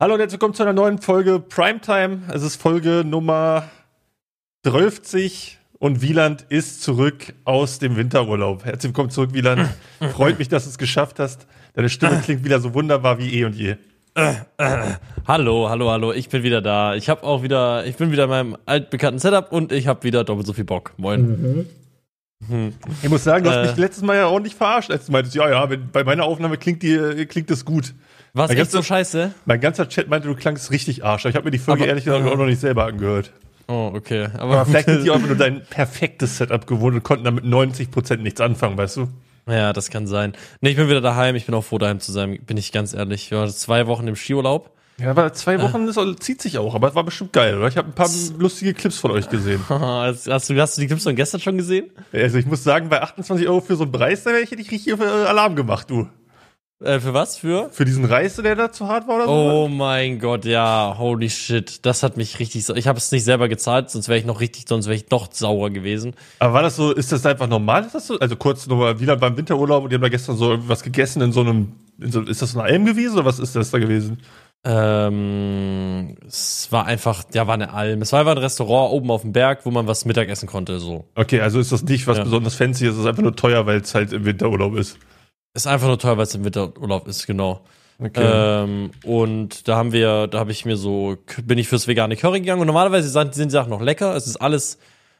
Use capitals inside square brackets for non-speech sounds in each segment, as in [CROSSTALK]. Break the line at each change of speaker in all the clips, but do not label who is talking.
Hallo und herzlich willkommen zu einer neuen Folge Primetime. Es ist Folge Nummer 12 und Wieland ist zurück aus dem Winterurlaub. Herzlich willkommen zurück, [LAUGHS] Wieland. Freut mich, dass du es geschafft hast. Deine Stimme klingt wieder so wunderbar wie eh und je.
Hallo, hallo, hallo, ich bin wieder da. Ich habe auch wieder, ich bin wieder in meinem altbekannten Setup und ich habe wieder doppelt so viel Bock.
Mhm.
Moin.
Ich muss sagen, du hast
Äh.
mich letztes Mal ja ordentlich verarscht, als du meintest, ja, ja, wenn- bei meiner Aufnahme klingt, die, klingt das gut.
Was
Da
echt
gibt's
so
doch-
scheiße?
Mein ganzer Chat meinte, du klangst richtig arsch. Ich habe mir die Folge
Aber-
ehrlich gesagt
Ja.
auch noch nicht selber angehört.
Oh, okay.
Aber
Aber
vielleicht sind die auch einfach nur dein perfektes Setup gewohnt und konnten damit 90% nichts anfangen, weißt du?
[LAUGHS] ja, das kann sein. Nee, ich bin wieder daheim. Ich bin auch froh, daheim zu sein, bin ich ganz ehrlich. Ich war zwei Wochen im Skiurlaub. [LAUGHS]
Ja, aber zwei Wochen ist, auch- zieht sich auch, aber es war bestimmt geil, oder? Ich habe ein paar lustige Clips von euch gesehen.
hast, hast du, hast du die Clips von gestern schon gesehen?
Also ich muss sagen, bei 28 Euro für so einen Preis, da hätte ich richtig äh, Alarm gemacht, du.
Äh, für was? Für?
Für diesen Reis, der da zu hart war oder so.
Oh mein Gott, ja, holy shit. Das hat mich richtig so. Ich habe es nicht selber gezahlt, sonst wäre ich noch richtig, sonst wäre ich noch sauer gewesen.
Aber war das so, ist das einfach normal? Ist das so? Also kurz nochmal wieder beim Winterurlaub und die haben da gestern so was gegessen in so einem, in so, ist das so eine Alm gewesen oder was ist das da gewesen?
Ähm, es war einfach, ja, war eine Alm. Es war einfach ein Restaurant oben auf dem Berg, wo man was Mittag essen konnte, so.
Okay, also ist das nicht was
Ja.
besonders fancy, es ist einfach nur teuer, weil es halt im Winterurlaub ist.
Ist einfach nur teuer, weil es im Winterurlaub ist, genau.
Okay.
Ähm, und da haben wir, da habe ich mir so, bin ich fürs vegane Curry gegangen und normalerweise sind, sind die Sachen noch lecker. Es ist alles,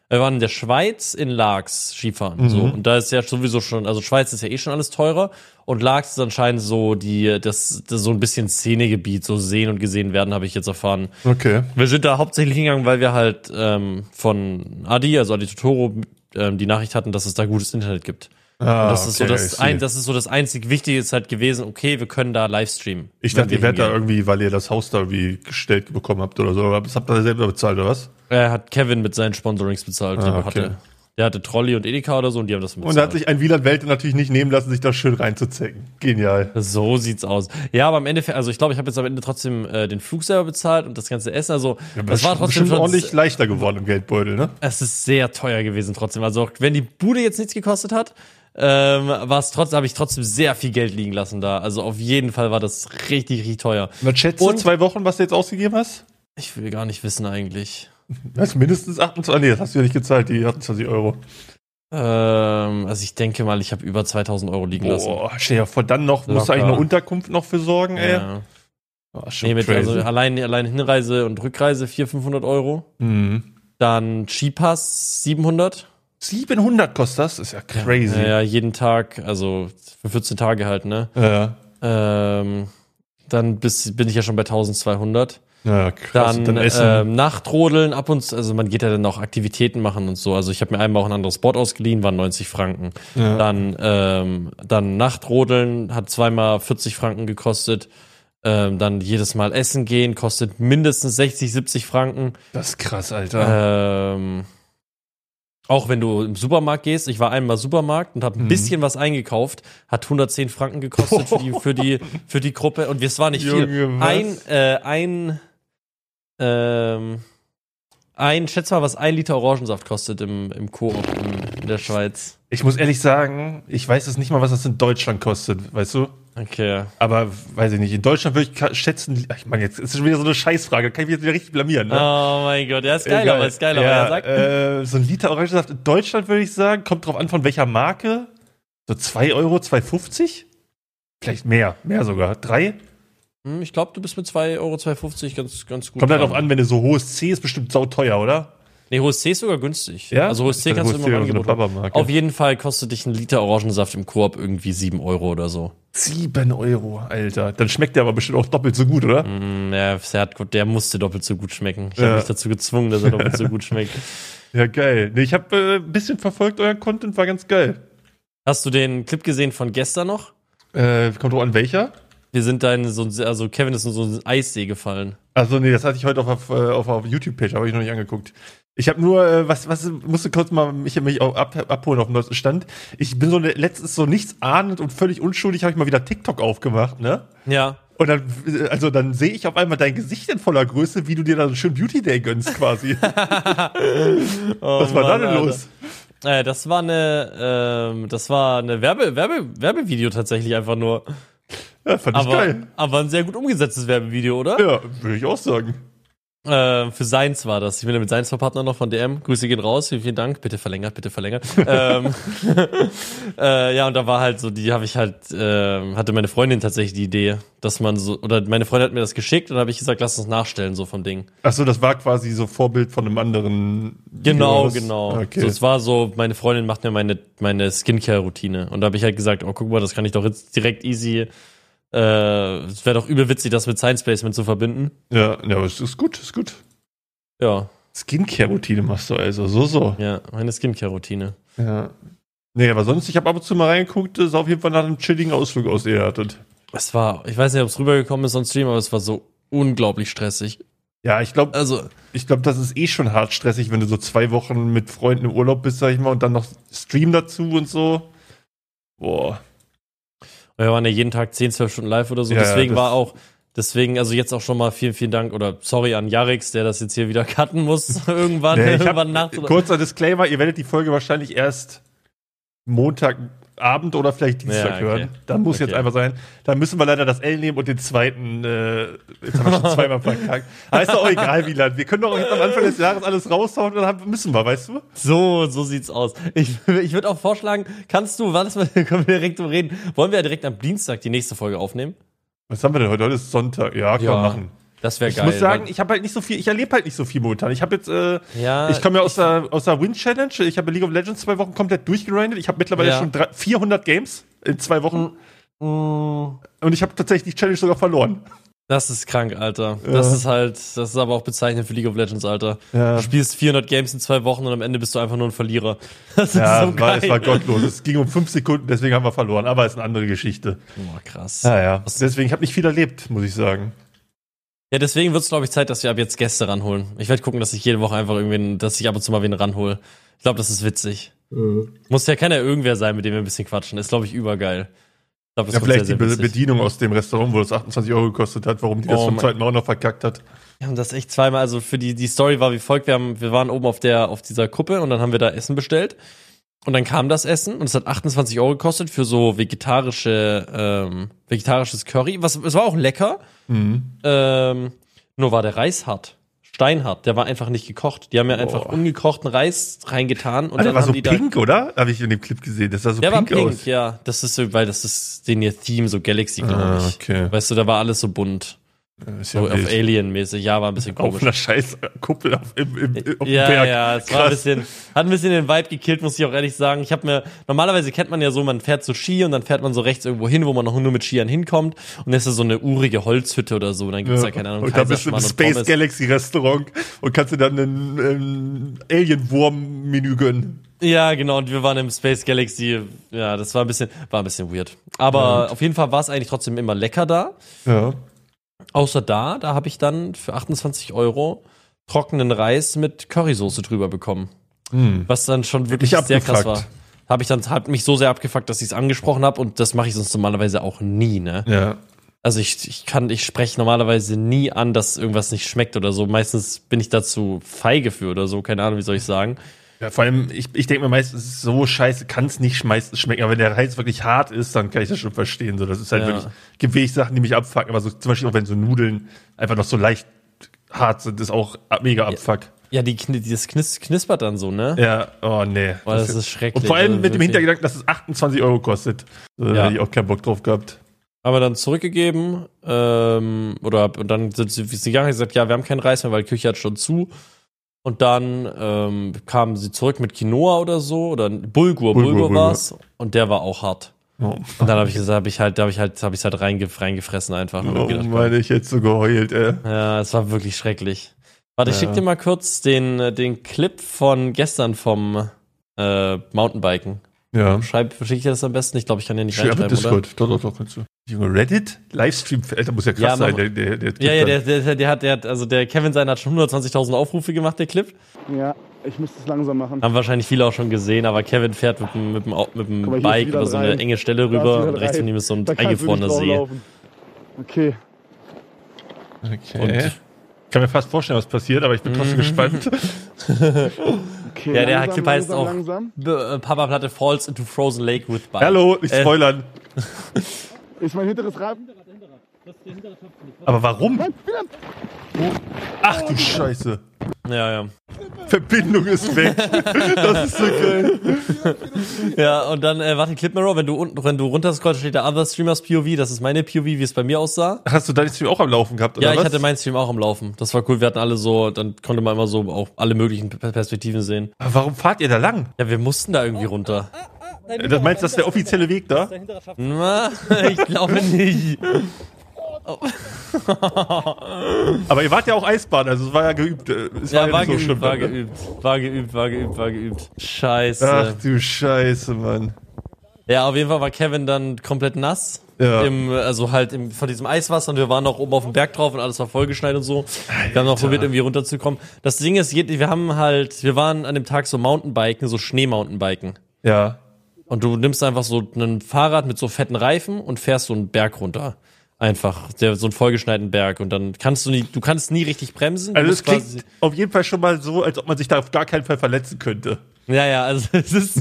wir waren in der Schweiz in Laax Skifahren, so. Und da ist ja sowieso schon, also Schweiz ist ja eh schon alles teurer und Laax ist anscheinend so die, das, das so ein bisschen Szenegebiet, so sehen und gesehen werden, habe ich jetzt erfahren.
okay.
Wir sind da hauptsächlich hingegangen, weil wir halt ähm, von Adi, also Adi Totoro, ähm, die Nachricht hatten, dass es da gutes Internet gibt.
Ah,
Und das, ist so
okay, I
das,
see.
ein, das ist so das einzig Wichtige ist halt gewesen, okay, wir können da Livestreamen.
Ich
wenn
dachte,
wir
ihr werdet da
hingehen.
irgendwie, weil ihr das Haus da irgendwie gestellt bekommen habt oder so. Aber das habt ihr selber bezahlt, oder was?
Er hat Kevin mit seinen Sponsorings bezahlt, die
Ah,
er
okay.
hatte. Der hatte Trolley und Edeka oder so und die haben das bezahlt.
Und da hat sich ein Wieland Welte natürlich nicht nehmen lassen, sich da schön reinzuzecken. Genial.
so sieht's aus. Ja, aber am Ende, also ich glaube, ich habe jetzt am Ende trotzdem äh, den Flug selber bezahlt und das ganze Essen. Also das war trotzdem
schon
schon
ordentlich leichter geworden im Geldbeutel, ne?
Es ist sehr teuer gewesen trotzdem. Also auch wenn die Bude jetzt nichts gekostet hat, ähm, war es trotzdem, habe ich trotzdem sehr viel Geld liegen lassen da. Also auf jeden Fall war das richtig, richtig teuer.
Was schätzt du,
Und-
zwei Wochen, was du jetzt ausgegeben hast?
Ich will gar nicht wissen eigentlich.
Das ist mindestens 28, nee, das hast du ja nicht gezahlt, die 28 Euro.
Ähm, also ich denke mal, ich habe über 2000 Euro liegen lassen.
Boah, stell dir vor, dann noch, musst du
Locker.
eigentlich eine Unterkunft noch für sorgen, ey.
Ja.
Oh, schon
Nee, mit,
crazy.
also allein, allein Hinreise und Rückreise 400, 500 Euro.
Hm.
Dann Skipass 700.
700 kostet das? Ist ja crazy.
Ja, ja, jeden Tag, also für 14 Tage halt, ne?
Ja,
Ähm, dann bis, bin ich ja schon bei 1200.
ja krass.
Dann,
Und Essen.
ähm, Nachtrodeln ab und zu, also man geht ja dann auch Aktivitäten machen und so. Also ich habe mir einmal auch ein anderes Board ausgeliehen, waren 90 Franken.
Ja.
Dann, ähm, dann Nachtrodeln hat zweimal 40 Franken gekostet. Ähm, dann jedes Mal essen gehen kostet mindestens 60, 70 Franken.
das ist krass, Alter.
Ähm, auch wenn du im Supermarkt gehst, ich war einmal Supermarkt und habe ein
Mhm.
bisschen was eingekauft, hat 110 Franken gekostet für die, für die, für die Gruppe und es war nicht viel.
Junge, was?
Ein, äh, ein, ähm, ein, schätz mal, was ein Liter Orangensaft kostet im, im Koop in, in der Schweiz.
Ich muss ehrlich sagen, ich weiß es nicht mal, was das in Deutschland kostet, weißt du?
Okay.
Aber weiß ich nicht. In Deutschland würde ich ka- schätzen, ach, ich meine, jetzt ist schon wieder so eine Scheißfrage, kann ich mich jetzt wieder richtig blamieren, ne?
Oh mein Gott, der ist geil,
Egal.
aber ist geil, aber
Ja,
er sagt.
äh, so ein Liter Orangensaft in Deutschland würde ich sagen, kommt drauf an, von welcher Marke. So 2 Euro, 2,50? Vielleicht mehr, mehr sogar. Drei?
Hm, Ich glaube, du bist mit 2,52 Euro ganz, ganz gut.
Kommt halt
dran.
drauf an, wenn du so hohes C ist, bestimmt sauteuer, oder?
Nee, hohes C ist sogar günstig.
Ja?
Also hohes C
Ich dachte,
kannst
hohes
du
C
immer
war
im
so eine
Angebot haben.
Baba-Marke.
Auf jeden Fall kostet dich ein Liter Orangensaft im Koop irgendwie 7 Euro oder so.
7 Euro, Alter. Dann schmeckt der aber bestimmt auch doppelt so gut, oder?
Hm, ja, der, hat, gut- der musste doppelt so gut schmecken. Ich
Ja.
habe mich dazu gezwungen, dass er doppelt so gut schmeckt.
Ja, geil. Nee, ich habe äh, ein bisschen verfolgt, euer Content war ganz geil.
[LAUGHS] Hast du den Clip gesehen von gestern noch?
Äh, kommt drauf an, welcher?
Wir sind da in so ein, also Kevin ist in so einen Eissee gefallen.
Also nee, das hatte ich heute auf, auf, äh, auf, auf YouTube-Page, habe ich noch nicht angeguckt. Ich habe nur, äh, was, was, musste kurz mal mich, mich auch ab, abholen auf dem neuesten Stand. Ich bin so ne- letztens so nichts ahnend und völlig unschuldig, habe ich mal wieder TikTok aufgemacht, ne?
Ja.
Und dann, äh, also dann sehe ich auf einmal dein Gesicht in voller Größe, wie du dir da so einen schönen Beauty Day gönnst
[LAUGHS]
quasi. [LAUGHS] was war da
Oh, Mann,
denn
Alter.
los?
Äh, das war eine, ähm, das war eine Werbe, Werbe, Werbevideo tatsächlich einfach nur.
Ja, fand ich
Aber,
geil.
aber ein sehr gut umgesetztes Werbevideo, oder?
Ja, würde ich auch sagen.
Äh, für Seins war das. Ich bin ja mit Seins Partner noch von DM. Grüße gehen raus. Vielen, vielen Dank. Bitte verlängert,
[LAUGHS]
bitte verlängert. ähm, [LAUGHS] äh, ja, und da war halt so, die habe ich halt, ähm, hatte meine Freundin tatsächlich die Idee, dass man so, oder meine Freundin hat mir das geschickt und habe ich gesagt, lass uns nachstellen, so vom Ding.
Achso, das war quasi so Vorbild von einem anderen. Video,
Genau,
was-
genau.
Okay.
So, es war so, meine Freundin macht mir meine, meine Skincare-Routine. Und da habe ich halt gesagt, oh, guck mal, das kann ich doch jetzt direkt easy. äh, Es wäre doch übel witzig, das mit Science Basement zu verbinden.
ja, ja, aber es ist gut, ist gut.
Ja,
Skincare-Routine machst du also, so, so.
ja, meine Skincare-Routine.
Ja. Nee, aber sonst, ich habe ab und zu mal reingeguckt, das sah auf jeden Fall nach einem chilligen Ausflug aus, ihr hattet.
Es war, ich weiß nicht, ob es rübergekommen ist on Stream, aber es war so unglaublich stressig.
Ja, ich glaube,
Also,
ich glaub, das ist eh schon hart stressig, wenn du so zwei Wochen mit Freunden im Urlaub bist, sag ich mal, und dann noch Stream dazu und so. Boah.
wir waren ja jeden Tag 10, 12 Stunden live oder so.
Ja, ja,
deswegen
das-
war auch, deswegen, also jetzt auch schon mal vielen, vielen Dank oder sorry an Jarix, der das jetzt hier wieder cutten muss. [LAUGHS] irgendwann,
Nee, ich hab-
irgendwann nachts. oder-
Kurzer Disclaimer, ihr werdet die Folge wahrscheinlich erst Montagabend oder vielleicht Dienstag
Ja, okay.
hören. Dann muss jetzt
Okay.
einfach sein. Dann müssen wir leider das L nehmen und den zweiten, äh, jetzt haben wir
[LAUGHS]
schon zweimal verkackt. Aber ist doch auch egal, Wieland. Wir können doch jetzt am Anfang des Jahres alles raushauen, dann haben- müssen wir, weißt du?
So, so sieht's aus. Ich, [LAUGHS] ich würde auch vorschlagen, kannst du, warte mal, [LAUGHS] können wir direkt drüber reden. Wollen wir ja direkt am Dienstag die nächste Folge aufnehmen?
Was haben wir denn heute? Heute ist Sonntag. Ja, kann man machen.
Das wäre
Ich
geil.
muss sagen,
weil-
ich habe halt nicht so viel, ich erlebe halt nicht so viel momentan. Ich habe jetzt, äh,
ja,
ich komme ja aus der, aus der Win Challenge. Ich habe League of Legends zwei Wochen komplett durchgerindet. Ich habe mittlerweile
Ja.
schon drei, 400 Games in zwei Wochen.
Mm,
Und ich habe tatsächlich die Challenge sogar verloren.
Das ist krank, Alter. Das
Ja.
ist halt, das ist aber auch bezeichnend für League of Legends, Alter.
Ja.
Du spielst 400 Games in zwei Wochen und am Ende bist du einfach nur ein Verlierer. [LAUGHS]
[LAUGHS]
Das
Ja,
ist so
es, war,
geil.
es war gottlos. Es ging um fünf Sekunden, deswegen haben wir verloren. Aber ist eine andere Geschichte.
Boah, krass. Ja,
Naja. Deswegen, ich habe nicht viel erlebt, muss ich sagen.
deswegen wird's, glaube ich, Zeit, dass wir ab jetzt Gäste ranholen. Ich werde gucken, dass ich jede Woche einfach irgendwen, dass ich ab und zu mal wen ranhole. Ich glaube, das ist witzig. Muss ja keiner irgendwer sein, mit dem wir ein bisschen quatschen. Ist, glaube ich, übergeil. Ich glaube, das
Ja,
kommt
vielleicht die Be
witzig.
Bedienung aus dem Restaurant, wo das 28 Euro gekostet hat, warum die das
Oh
zum
mein-
zweiten Mal auch noch verkackt hat.
Wir haben das echt zweimal, also für die, die Story war wie folgt, wir, haben, wir waren oben auf, der, auf dieser Kuppe und dann haben wir da Essen bestellt. Und dann kam das Essen und es hat 28 Euro gekostet für so vegetarische, ähm, vegetarisches Curry. Was, es war auch lecker,
Mhm.
ähm, nur war der Reis hart. Steinhart, der war einfach nicht gekocht. Die haben ja einfach
Boah.
ungekochten Reis reingetan und
Alter,
dann
war
haben
so
die da.
pink, oder? Habe ich in dem Clip gesehen. Das sah so
Der war
pink,
pink,
aus.
ja. Das ist so, weil das ist den ihr Theme, so Galaxy, glaube
Ah,
ich.
okay.
Weißt du, da war alles so bunt.
Ist ja
So auf
wild.
Alien-mäßig. Ja, war ein bisschen
auf
komisch. Äh,
einer scheiß Kuppel auf, im, im, im, auf dem
Ja,
Berg.
ja, es war ein bisschen, hat ein bisschen den Vibe gekillt, muss ich auch ehrlich sagen. Ich habe mir, normalerweise kennt man ja so, man fährt so Ski und dann fährt man so rechts irgendwo hin, wo man noch nur mit Skiern hinkommt. Und das ist so eine urige Holzhütte oder so. Und dann gibt's ja, da keine Ahnung,
und da bist du im
Kaiserschmarrn und
Space
Pommes.
Galaxy Restaurant und kannst dir dann ein ähm, Alien-Wurm-Menü gönnen.
Ja, genau. Und wir waren im Space Galaxy. Ja, das war ein bisschen, war ein bisschen weird. Aber auf jeden Fall war es eigentlich trotzdem immer lecker da.
Ja.
Außer da, da habe ich dann für 28 Euro trockenen Reis mit Currysoße drüber bekommen.
Hm.
Was dann schon wirklich
Hat dich
sehr krass war.
abgefuckt.
Habe ich dann hat mich so sehr abgefuckt, dass ich es angesprochen habe und das mache ich sonst normalerweise auch nie, ne?
Ja.
Also ich, ich kann, ich spreche normalerweise nie an, dass irgendwas nicht schmeckt oder so. Meistens bin ich dazu feige für oder so, keine Ahnung, wie soll ich sagen.
Ja, vor allem, ich, ich denke mir meistens, so scheiße kann es nicht meistens schmecken, aber wenn der Reis wirklich hart ist, dann kann ich das schon verstehen. So, das ist halt
Ja.
wirklich, gibt wenig Sachen, die mich abfucken, aber so, zum Beispiel auch wenn so Nudeln einfach noch so leicht hart sind, ist auch mega abfuck.
Ja, die, kn- dieses knis, knispert dann so, ne?
Ja, oh nee.
Boah, das ist schrecklich.
Und vor
Also
allem mit dem
wirklich.
Hintergedanken, dass es 28 Euro kostet. Da
Ja.
hätte ich auch keinen Bock drauf gehabt.
Aber dann zurückgegeben, ähm, oder hab- und dann sind sie, sind sie gegangen und gesagt, ja, wir haben keinen Reis mehr, weil die Küche hat schon zu. Und dann ähm, kamen sie zurück mit Quinoa oder so, oder Bulgur,
Bulgur,
Bulgur,
Bulgur.
war's. Und der war auch hart.
Oh,
Und dann habe ich gesagt, habe ich halt, da habe ich halt, habe ich halt reinge reingefressen einfach. Und hab
oh
gedacht,
meine, ich hätte so geheult, ey.
ja, es war wirklich schrecklich. Warte, ich
Ja.
schick dir mal kurz den, äh, den Clip von gestern vom äh, Mountainbiken.
Ja.
Schreib, schick ich dir das am besten? Ich glaube, ich kann dir nicht
Schön, aber
reinschreiben, oder?
Discord. Doch, doch, doch, kannst du. Junge, Reddit? Livestream, da muss ja krass
Ja,
sein,
mach-
der, der, der
Ja, ja, der, der, der, der hat, der hat, also der Kevin seiner hat schon 120.000 Aufrufe gemacht, der Clip.
Ja, ich müsste es langsam machen.
Haben wahrscheinlich viele auch schon gesehen, aber Kevin fährt mit dem, mit dem, Au- mit
Guck mal, hier
dem
ist
Bike
wieder
über so
ein
eine
Reim.
enge Stelle
Da ist
rüber
wieder
und
ein
rechts
Reim.
von ihm ist so ein
Da kannst du nicht
eingefrorener See.
drauflaufen. Okay.
Okay.
Und-
Ich kann mir fast vorstellen, was passiert, aber ich bin
Mhm.
trotzdem gespannt. [LAUGHS]
okay.
Ja, der
langsam,
Clip heißt
langsam,
auch-
Langsam.
B- äh, Papa Platte falls into frozen lake with bike.
Hallo, ich
Äh,
spoilern.
Ist mein hinteres Rad.
Aber warum?
Nein, Wieland!
Ach du Scheiße.
Ja, ja.
Verbindung ist weg. das ist so geil.
Ja, und dann, äh, warte, Clip Mirror, wenn du unten, wenn du runterscrollst, steht da Other Streamers POV, das ist meine POV, wie es bei mir aussah.
Hast du deinen Stream auch am Laufen gehabt, oder
Ja, ich
was?
hatte meinen Stream auch am Laufen. Das war cool, wir hatten alle so, dann konnte man immer so auch alle möglichen Per- Perspektiven sehen.
Aber warum fahrt ihr da lang?
Ja, wir mussten da irgendwie runter.
Äh, Das meinst du, das ist der offizielle Weg da?
Na, [LAUGHS] ich glaube nicht.
Aber ihr wart ja auch Eisbahn, also es war ja geübt. äh, Es
Ja, war
nicht
geübt, war
ne?
geübt, war geübt, war geübt, war geübt. Scheiße.
Ach du Scheiße, Mann.
Ja, auf jeden Fall war Kevin dann komplett nass.
Ja.
Im, also halt im, von diesem Eiswasser und wir waren noch oben auf dem Berg drauf und alles war vollgeschneit und so. Wir haben noch probiert, irgendwie runterzukommen. Das Ding ist, jed- wir haben halt, wir waren an dem Tag so Mountainbiken, so Schnee-Mountainbiken.
Ja.
Und du nimmst einfach so ein Fahrrad mit so fetten Reifen und fährst so einen Berg runter. Einfach, der, so einen vollgeschneiten Berg. Und dann kannst du nie, du kannst nie richtig bremsen. Du
Also es
musst quasi-
klingt auf jeden Fall schon mal so, als ob man sich da auf gar keinen Fall verletzen könnte.
Ja, ja, also [LAUGHS] es ist,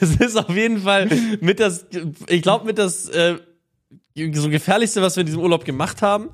es ist auf jeden Fall mit das, ich glaube mit das äh, so gefährlichste, was wir in diesem Urlaub gemacht haben.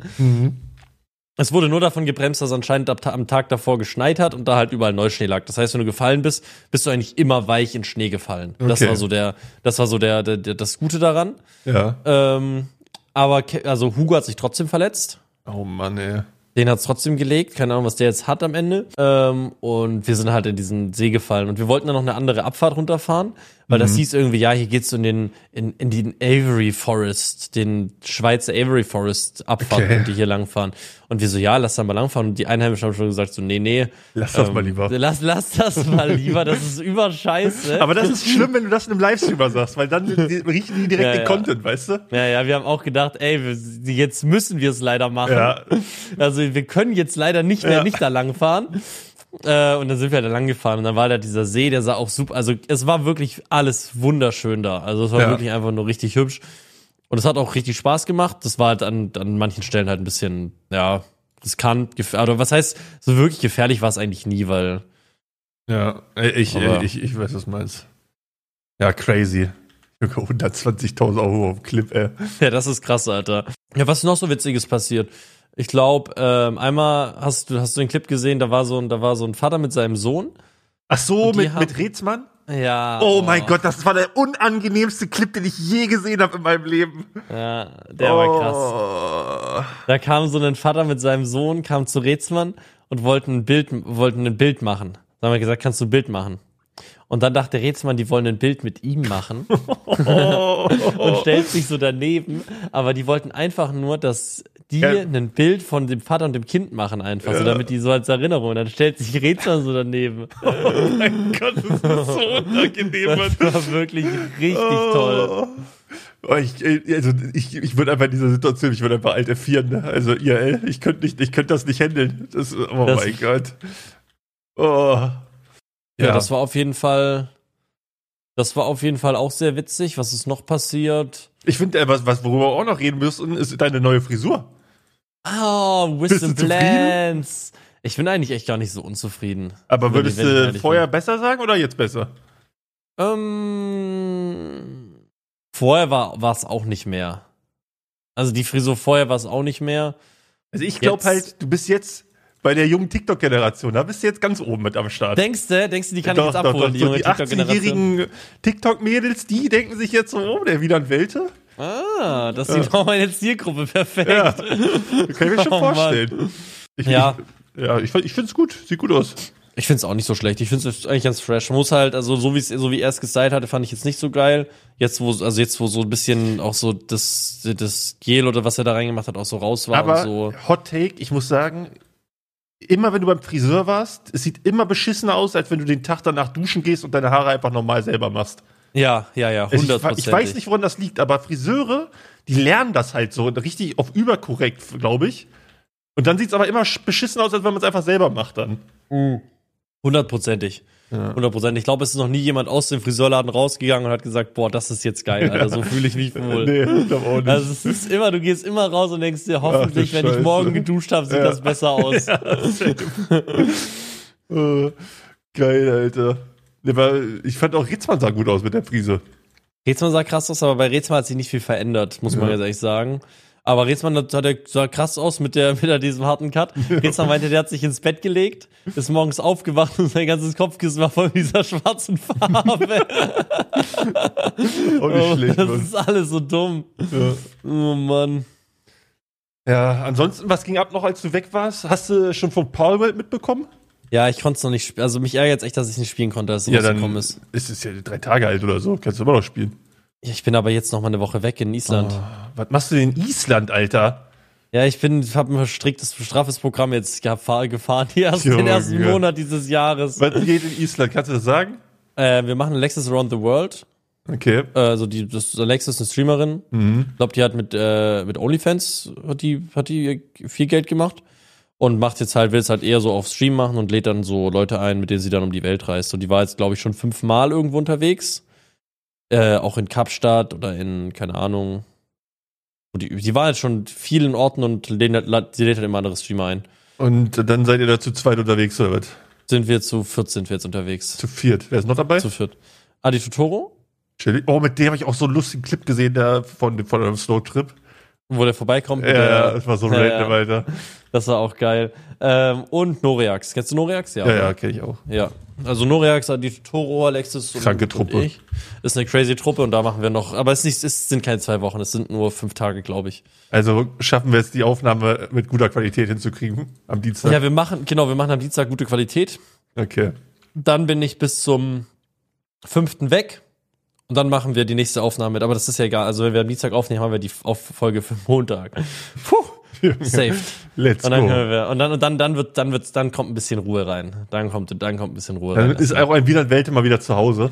Es wurde nur davon gebremst, dass es anscheinend ab, am Tag davor geschneit hat und da halt überall Neuschnee lag. Das heißt, wenn du gefallen bist, bist du eigentlich immer weich in Schnee gefallen. Das
Okay.
war so der, das war so der, der, der das Gute daran.
Ja.
Ähm, aber Ke- also Hugo hat sich trotzdem verletzt.
Oh Mann, ey.
Den hat's trotzdem gelegt. Keine Ahnung, was der jetzt hat am Ende. Ähm, und wir sind halt in diesen See gefallen. Und wir wollten dann noch eine andere Abfahrt runterfahren, weil
Mhm.
das hieß irgendwie, ja, hier geht's in den, in, in den Avery Forest, den Schweizer Avery Forest Abfahrt,
Okay.
könnt ihr hier langfahren. Und wir so, ja, lass da mal langfahren. Und die Einheimischen haben schon gesagt, so, nee, nee.
Lass das mal lieber.
Lass, lass das mal lieber. Das ist
[LAUGHS]
überscheiße.
Aber das ist schlimm, wenn du das in einem Livestreamer sagst, weil [LAUGHS] dann die- riechen die direkt
Ja,
den
ja.
Content, weißt du?
Ja, ja, wir haben auch gedacht, ey, wir, jetzt müssen wir es leider machen.
Ja.
[LAUGHS] Also wir können jetzt leider nicht mehr
Ja.
nicht da lang fahren. Äh, und dann sind wir halt da lang gefahren und dann war da dieser See, der sah auch super, also es war wirklich alles wunderschön da. Also es war
Ja.
wirklich einfach nur richtig hübsch. Und es hat auch richtig Spaß gemacht. Das war halt an, an manchen Stellen halt ein bisschen, ja, riskant, gefährlich. Oder was heißt, so wirklich gefährlich war es eigentlich nie, weil
Ja, ich,
Aber-
ich, ich weiß, was du meinst. Ja, crazy. Junge, 120.000 Euro auf dem Clip, ey.
[LAUGHS] Ja, das ist krass, Alter. Ja, was ist noch so Witziges passiert? Ich glaube, ähm, einmal hast du, hast du den Clip gesehen, da war so ein, da war so ein Vater mit seinem Sohn.
Ach so,
Und die
mit,
haben-
mit Rezmann?
Ja.
Oh, mein Gott, das war der unangenehmste Clip, den ich je gesehen habe in meinem Leben.
Ja, der
Oh.
war krass.
war krass.
Da kam so ein Vater mit seinem Sohn, kam zu Rätsmann und wollten ein Bild, wollten ein Bild machen. Dann haben wir gesagt, kannst du ein Bild machen? Und dann dachte Rätsmann, die wollen ein Bild mit ihm
[LAUGHS]
machen und stellt sich so daneben. Aber die wollten einfach nur, dass die
Ja.
ein Bild von dem Vater und dem Kind machen einfach, so damit die so als Erinnerung. Und dann stellt sich Rätsmann so daneben.
Oh mein [LAUGHS] Gott, das ist so unangenehm. [LAUGHS] Mann.
Das war wirklich richtig toll.
Oh, ich, äh, also ich, ich würde einfach in dieser Situation, ich würde einfach alt erfieren. Ne? Also IRL, ich könnte nicht, ich könnte das nicht handeln. Das, oh
Das-
mein Gott. Oh.
Ja. das war auf jeden Fall, das war auf jeden Fall auch sehr witzig. Was ist noch passiert?
ich finde, äh, was, was, worüber wir auch noch reden müssen, ist deine neue Frisur.
Ah,
Bist du
Wisdom
zufrieden?
Plans. Ich bin eigentlich echt gar nicht so unzufrieden.
Aber
Wenn
würdest
ich- wenn ich
du
ehrlich
vorher besser sagen oder jetzt besser?
bin. Ähm, vorher war war es auch nicht mehr. Also die Frisur vorher war es auch nicht mehr.
Also ich glaube
Jetzt-
halt, du bist jetzt bei der jungen TikTok-Generation, da bist du jetzt ganz oben mit am Start.
Denkst du, denkst du, die kann ich jetzt
Doch,
abholen,
doch, doch,
die
so
junge
die
TikTok-Generation?
18-jährigen TikTok-Mädels, die denken sich jetzt so, oh, der Wieland Welte.
Ah, das ist ja. genau meine Zielgruppe, perfekt.
Ja, kann
[LAUGHS]
ich mir schon
Oh, Mann.
vorstellen. Ich,
Ja.
ich, ja, ich, find- ich finde es gut, sieht gut aus.
Ich find's auch nicht so schlecht. Ich find's eigentlich ganz fresh. Muss halt, also so wie es, so wie er es gestylt hatte, fand ich jetzt nicht so geil. Jetzt, wo, also jetzt, wo so ein bisschen auch so das, das Gel oder was er da reingemacht hat, auch so raus war
Aber
und so.
Hot Take, ich muss sagen, immer wenn du beim Friseur warst, es sieht immer beschissener aus, als wenn du den Tag danach duschen gehst und deine Haare einfach normal selber machst.
Ja, ja, ja,
Also ich,
100%.
ich weiß nicht, woran das liegt, aber Friseure, die lernen das halt so richtig auf überkorrekt, glaube ich. Und dann sieht es aber immer sch- beschissen aus, als wenn man es einfach selber macht dann.
Hundertprozentig.
Ja.
Hundertprozentig. Ich glaube, es ist noch nie jemand aus dem Friseurladen rausgegangen und hat gesagt, boah, das ist jetzt geil, Alter, so fühle ich
[LAUGHS]
mich wohl.
Nee, ich glaube auch nicht.
Also es ist immer, du gehst immer raus und denkst dir, hoffentlich,
Ach, du
wenn ich
Scheiße.
morgen geduscht habe, sieht
[LAUGHS] Ja.
das besser aus.
Äh, geil, Alter. Nee, weil ich fand auch Ritzmann sah gut aus mit der Frise.
Rezmann sah krass aus, aber bei Rezmann hat sich nicht viel verändert, muss man
Ja.
jetzt ehrlich sagen. Aber Rezmann hat, hat, er- sah krass aus mit, der, [LAUGHS] mit der, diesem harten Cut. Rezmann meinte, der hat sich ins Bett gelegt, ist morgens aufgewacht und sein ganzes Kopfkissen war voll mit
[LAUGHS]
dieser schwarzen Farbe.
Auch nicht schlecht,
Oh, das
Mann.
ist alles so dumm.
Ja.
Oh Mann.
ja, ansonsten, was ging ab noch, als du weg warst? Hast du schon von Paul mitbekommen?
Ja, ich konnte es noch nicht spielen. Also mich ärgert echt, dass ich nicht spielen konnte, als es rausgekommen ist.
ist es ja drei Tage alt oder so. Kannst du immer noch spielen. Oh,
Ja, ich bin aber jetzt noch mal eine Woche weg in Island.
Ah. Was machst du denn in Island, Alter?
Ja, ich bin, habe ein verstricktes, straffes Programm jetzt gefahr, gefahren, die ersten, den
Junge.
ersten Monat dieses Jahres.
Was geht in Island? Kannst du das sagen?
Äh, wir machen Alexis Around the World.
Okay.
Äh, Also die, das Alexis ist eine Streamerin.
Mhm.
Ich glaube, die hat mit, äh, mit OnlyFans hat die, hat die viel Geld gemacht und macht jetzt halt, will es halt eher so auf Stream machen und lädt dann so Leute ein, mit denen sie dann um die Welt reist. Und die war jetzt, glaube ich, schon fünfmal irgendwo unterwegs. Äh, auch in Kapstadt oder in, keine Ahnung. Und die, die war jetzt schon vielen Orten und lädt, lädt- sie lädt halt immer andere Streamer ein.
Und dann seid ihr da zu zweit unterwegs oder was?
Sind wir zu viert, sind wir jetzt unterwegs.
Zu viert. Wer ist noch dabei?
Zu viert. Adi Totoro,
Chili. Oh, mit dem habe ich auch so einen lustigen Clip gesehen da von, von einem Slow Trip.
wo der vorbeikommt.
Ja,
mit der-
ja, das war so
Ja,
random,
ja.
Alter.
Das war auch geil. Ähm, und Noreax. Kennst du Noreax?
Ja, ja, kenne ich auch.
Ja. Also Noreax, die Toro, Alexis und,
Kranke
und
Truppe.
ich. Ist eine crazy Truppe und da machen wir noch. Aber es, ist nicht, es sind keine zwei Wochen, es sind nur fünf Tage, glaube ich.
Also schaffen wir es, die Aufnahme mit guter Qualität hinzukriegen am Dienstag.
Ja, wir machen, genau, wir machen am Dienstag gute Qualität.
Okay.
Dann bin ich bis zum fünften weg. Und dann machen wir die nächste Aufnahme mit. Aber das ist ja egal. Also wenn wir am Dienstag aufnehmen, haben wir die auf Folge für
[LAUGHS]
Montag. Puh, saved.
Let's
Und dann
go.
hören wir. Und dann, und dann, dann wird, dann wird, dann kommt ein bisschen Ruhe rein. Dann kommt, dann kommt ein bisschen Ruhe
Dann
rein.
ist auch ein Wieland Welt immer wieder zu Hause.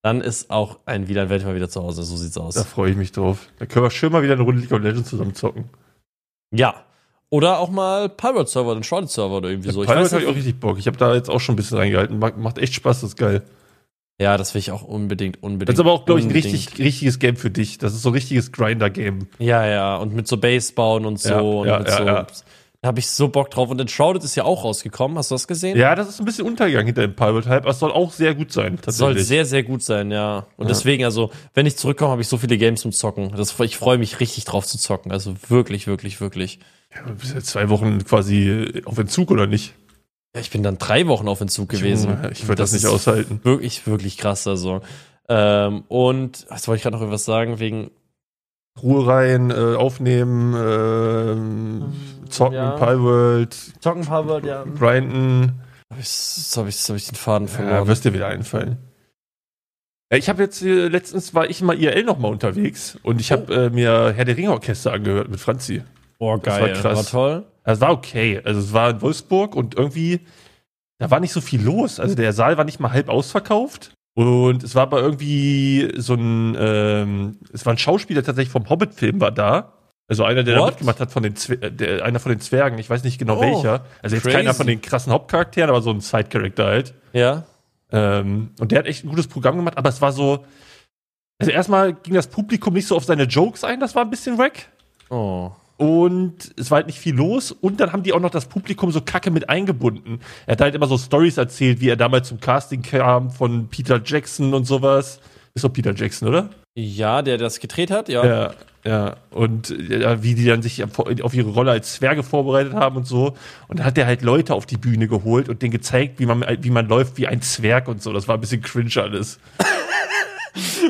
Dann ist auch ein Wieland Welt mal wieder zu Hause. So sieht's aus.
Da freue ich mich drauf. Da können wir schön mal wieder eine Runde League of Legends zusammen zocken.
Ja. Oder auch mal Pirate Server, den Shrouded Server oder irgendwie so. Ich
Pirate
weiß
habe ich
nicht.
auch richtig Bock. Ich habe da jetzt auch schon ein bisschen reingehalten. Macht, macht echt Spaß, das ist geil.
Ja, das will ich auch unbedingt, unbedingt.
Das ist aber auch, glaube ich, ein
unbedingt.
richtig, richtiges Game für dich. Das ist so ein richtiges Grinder-Game.
Ja, ja. Und mit so Base bauen und so.
Ja,
und
ja,
mit
ja,
so.
ja.
Da habe ich so Bock drauf. Und Shrouded ist ja auch rausgekommen. Hast du das gesehen?
Ja, das ist ein bisschen Untergang hinter dem Pirate-Hype, aber es soll auch sehr gut sein.
Das soll
Tatsächlich.
sehr, sehr gut sein, ja. Und deswegen, also, wenn ich zurückkomme, habe ich so viele Games zum Zocken. Das, ich freue mich richtig drauf zu zocken. Also wirklich, wirklich, wirklich.
Du bist jetzt zwei Wochen quasi auf Entzug, oder nicht?
Ja, ich bin dann drei Wochen auf Entzug gewesen.
Junge, Ich würde das, nicht
ist
aushalten.
Wirklich, wirklich krass, also. Ähm, und, was wollte ich gerade noch irgendwas sagen, wegen
Ruhe rein, äh, aufnehmen, ähm, zocken,
ja.
Palworld,
Zocken Harvard, ja.
grinden.
Jetzt habe ich, jetzt hab ich den Faden
Ja,
verloren.
wirst dir wieder einfallen. Ja, Ich habe jetzt, äh, letztens war ich mal IRL noch mal unterwegs und ich
Oh.
habe äh, mir Herr der Ringe Orchester angehört mit Franzi.
Boah,
das war krass.
War toll.
Es war okay. Also es war in Wolfsburg und irgendwie, da war nicht so viel los. Also der Saal war nicht mal halb ausverkauft. Und es war aber irgendwie so ein, ähm, es war ein Schauspieler tatsächlich vom Hobbit-Film war da. Also einer, der da
What?
mitgemacht hat von den Zwer äh, der, einer von den Zwergen, ich weiß nicht genau
Oh,
welcher. Also jetzt
crazy.
keiner von den krassen Hauptcharakteren, aber so ein Side-Character halt.
Ja.
Ähm, und der hat echt ein gutes Programm gemacht, aber es war so. Also erstmal ging das Publikum nicht so auf seine Jokes ein, das war ein bisschen wack.
Oh.
Und es war halt nicht viel los. Und dann haben die auch noch das Publikum so kacke mit eingebunden. Er hat halt immer so Stories erzählt, wie er damals zum Casting kam von Peter Jackson und sowas. Ist doch Peter Jackson, oder?
Ja, der das gedreht hat, ja.
Ja, ja. Und äh, ja, wie die dann sich auf ihre Rolle als Zwerge vorbereitet haben und so. Und dann hat er halt Leute auf die Bühne geholt und denen gezeigt, wie man, wie man läuft wie ein Zwerg und so. Das war ein bisschen cringe alles.
[LAUGHS]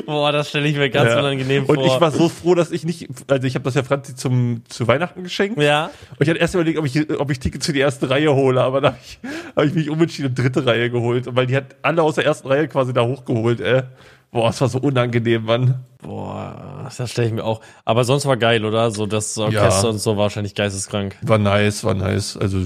Boah, das stelle ich mir ganz
ja.
unangenehm vor.
Und ich war so froh, dass ich nicht, also ich habe das ja Franzi zum, zu Weihnachten geschenkt.
Ja.
Und ich hatte erst überlegt, ob ich, ob ich Tickets für die erste Reihe hole, aber dann habe ich, hab ich mich umentschieden und dritte Reihe geholt, weil die hat alle aus der ersten Reihe quasi da hochgeholt, ey. Boah, das war so unangenehm, Mann.
Boah, das stelle ich mir auch. Aber sonst war geil, oder? So das Orchester
Ja.
und so war wahrscheinlich geisteskrank.
War nice, war nice. Also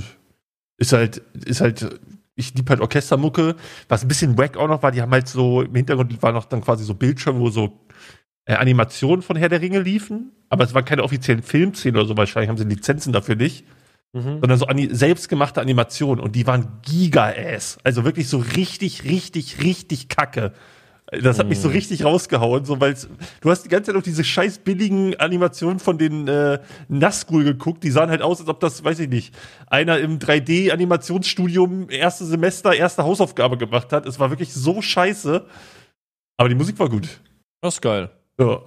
ist halt, ist halt, ich liebe halt Orchestermucke. Was ein bisschen wack auch noch war, die haben halt so, im Hintergrund war noch dann quasi so Bildschirme, wo so äh, Animationen von Herr der Ringe liefen, aber es waren keine offiziellen Filmszenen oder so, wahrscheinlich haben sie Lizenzen dafür nicht.
Mhm.
sondern so ani selbstgemachte Animationen und die waren giga-ass. Also wirklich so richtig, richtig, richtig kacke. Das hat mich so richtig rausgehauen, so weil du hast die ganze Zeit auf diese scheiß billigen Animationen von den äh, Nazgul geguckt, die sahen halt aus, als ob das, weiß ich nicht, einer im 3D-Animationsstudium erste Semester erste Hausaufgabe gemacht hat. Es war wirklich so scheiße, aber die Musik war gut.
Das ist geil.
Ja,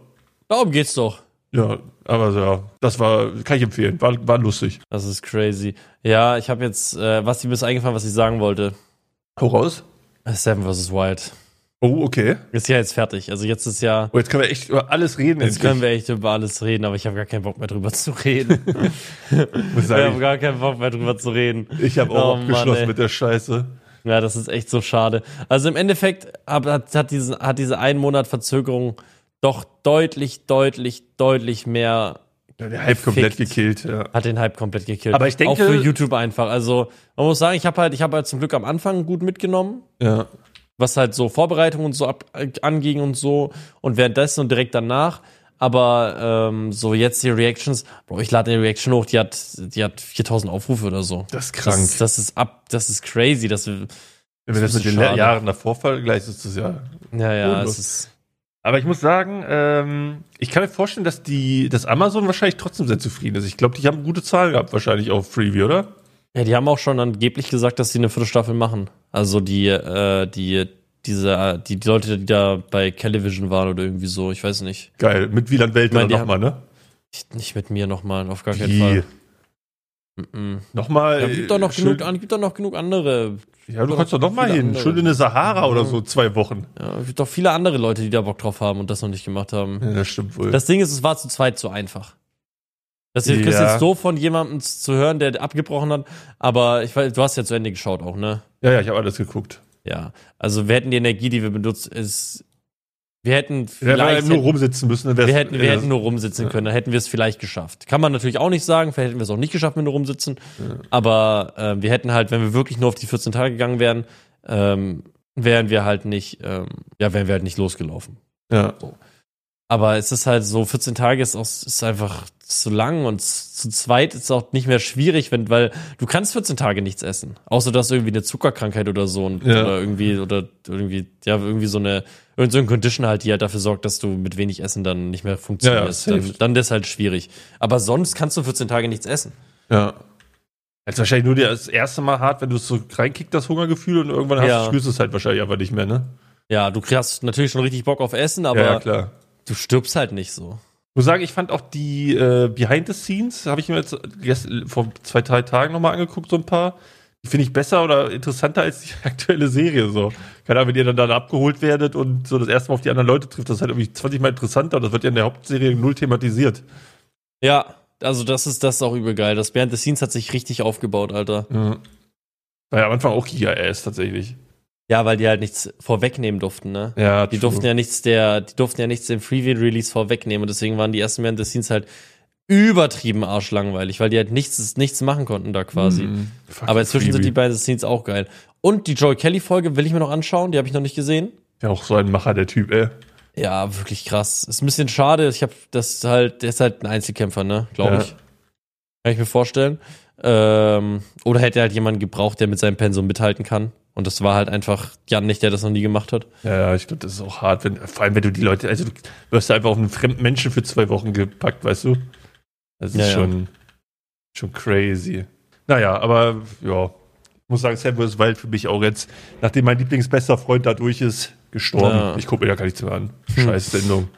Darum geht's doch.
ja, aber so, ja, das war, kann ich empfehlen, war, war lustig.
Das ist crazy. Ja, ich habe jetzt, äh, was mir ist eingefallen, was ich sagen wollte.
Hau raus.
Seven vs. Wild.
Oh, okay.
Ist ja jetzt fertig. Also jetzt ist ja.
Oh, jetzt können wir echt über alles reden.
Jetzt
endlich.
können wir echt über alles reden, aber ich habe gar keinen Bock mehr drüber zu
[LAUGHS]
reden.
Muss
ich habe
sagen,
gar keinen Bock mehr drüber zu reden.
ich habe auch
Oh, Mann,
abgeschlossen
ey.
mit der Scheiße.
Ja, das ist echt so schade. Also im Endeffekt hat, hat, hat, diesen, hat diese ein Monat Verzögerung doch deutlich, deutlich, deutlich mehr,
Ja, der Hype komplett
Gefickt.
gekillt, ja.
hat den Hype komplett gekillt.
Aber ich denke-
Auch für YouTube einfach. Also man muss sagen, ich habe halt, ich habe halt zum Glück am Anfang gut mitgenommen,
ja.
was halt so Vorbereitung und so ab, äh, anging und so und währenddessen und direkt danach. Aber ähm, so jetzt die Reactions, Bro, ich lade eine Reaction hoch, die hat, die hat 4000 Aufrufe oder so.
Das ist krank.
Das, ist- das ist ab, das ist crazy. Das, ja,
Wenn wir das
das
mit
ist
den
schade.
Jahren davor vergleichen, ist das ja
ja,
Bodenlos.
es ist.
Aber ich muss sagen, ähm, ich kann mir vorstellen, dass die, dass Amazon wahrscheinlich trotzdem sehr zufrieden ist. Ich glaube, die haben gute Zahlen gehabt, wahrscheinlich auf Freeview, oder?
Ja, die haben auch schon angeblich gesagt, dass sie eine vierte Staffel machen. Also die, äh, die, diese, äh, die, die Leute, die da bei Television waren oder irgendwie so, ich weiß nicht.
Geil. Mit Wieland Welt
Ich meine,
dann
die
nochmal, ne?
Ich, nicht mit mir nochmal, auf gar keinen
Die,
Fall. Mm -mm.
nochmal.
Da gibt doch noch
äh, schön-
genug an, gibt doch noch genug andere.
Ja, du kannst doch nochmal
Viele
hin.
andere. Mm.
Schön in eine Sahara oder so, zwei Wochen.
Ja, gibt doch viele andere Leute, die da Bock drauf haben und das noch nicht gemacht haben.
Ja, das stimmt wohl.
Das Ding ist, es war zu zweit zu einfach. Das ist
Ja.
jetzt so von jemandem zu hören, der abgebrochen hat, aber ich weiß, du hast ja zu Ende geschaut auch, ne?
ja, ja, ich habe alles geguckt.
Ja, also wir hätten die Energie, die wir benutzt, ist, wir hätten
Wenn wir halt
vielleicht,
nur rumsitzen müssen, dann wär's,
wir hätten, wir
äh,
hätten nur rumsitzen können, dann hätten wir es vielleicht geschafft. Kann man natürlich auch nicht sagen, vielleicht hätten wir es auch nicht geschafft, wenn wir nur rumsitzen, aber äh, wir hätten halt, wenn wir wirklich nur auf die 14 Tage gegangen wären, ähm, wären wir halt nicht, ähm, ja, wären wir halt nicht losgelaufen.
ja.
Aber es ist halt so, 14 Tage ist, auch, ist einfach zu lang und z- zu zweit ist auch nicht mehr schwierig, wenn, weil du kannst 14 Tage nichts essen. Außer du hast irgendwie eine Zuckerkrankheit oder so und,
Ja.
oder irgendwie, oder irgendwie, ja, irgendwie so eine, irgend so eine Condition halt, die halt dafür sorgt, dass du mit wenig Essen dann nicht mehr funktionierst.
Ja, ja, safe.
dann, dann ist halt schwierig. Aber sonst kannst du 14 Tage nichts essen.
Ja. Das ist wahrscheinlich nur das erste Mal hart, wenn du es so reinkickt, das Hungergefühl, und irgendwann hast,
Ja.
du spürst du es halt wahrscheinlich einfach nicht mehr, ne?
Ja, du hast natürlich schon richtig Bock auf Essen, aber
ja, ja, klar.
du stirbst halt nicht so.
Ich muss sagen, ich fand auch die äh, Behind the Scenes, habe ich mir jetzt gest- vor zwei, drei Tagen nochmal angeguckt, so ein paar. Die finde ich besser oder interessanter als die [LAUGHS] aktuelle Serie. So. Keine Ahnung, wenn ihr dann da abgeholt werdet und so das erste Mal auf die anderen Leute trifft, das ist halt irgendwie 20 Mal interessanter und das wird ja in der Hauptserie null thematisiert.
Ja, also das ist, das ist auch übel geil. Das Behind the Scenes hat sich richtig aufgebaut, Alter.
Mhm. War ja am Anfang auch Giga-Ass tatsächlich.
Ja, weil die halt nichts vorwegnehmen durften, ne?
Ja,
Die durften ja nichts der, die durften ja nichts im Freeview-Release vorwegnehmen und deswegen waren die ersten während des Scenes halt übertrieben arschlangweilig, weil die halt nichts, nichts machen konnten da quasi.
Mhm.
Aber inzwischen sind die beiden Scenes auch geil. Und die Joy Kelly-Folge will ich mir noch anschauen, die habe ich noch nicht gesehen.
Ja, auch so ein Macher, der Typ, ey.
Ja, wirklich krass. Ist ein bisschen schade. Ich habe das halt, der ist halt ein Einzelkämpfer, ne? Glaube
Ja.
ich. Kann ich mir vorstellen. Ähm, oder hätte halt jemanden gebraucht, der mit seinem Pensum mithalten kann. Und das war halt einfach Jan nicht, der das noch nie gemacht hat.
Ja, ja, ich glaube, das ist auch hart, wenn, vor allem wenn du die Leute, also du wirst da einfach auf einen fremden Menschen für zwei Wochen gepackt, weißt du? Das ist
Ja, ja.
schon, schon crazy. Naja, aber ja, muss sagen, Sam vs. Wild für mich auch jetzt, nachdem mein Lieblingsbester Freund da durch ist, gestorben.
Ja.
Ich gucke mir da gar nichts mehr an. Scheiß Sendung.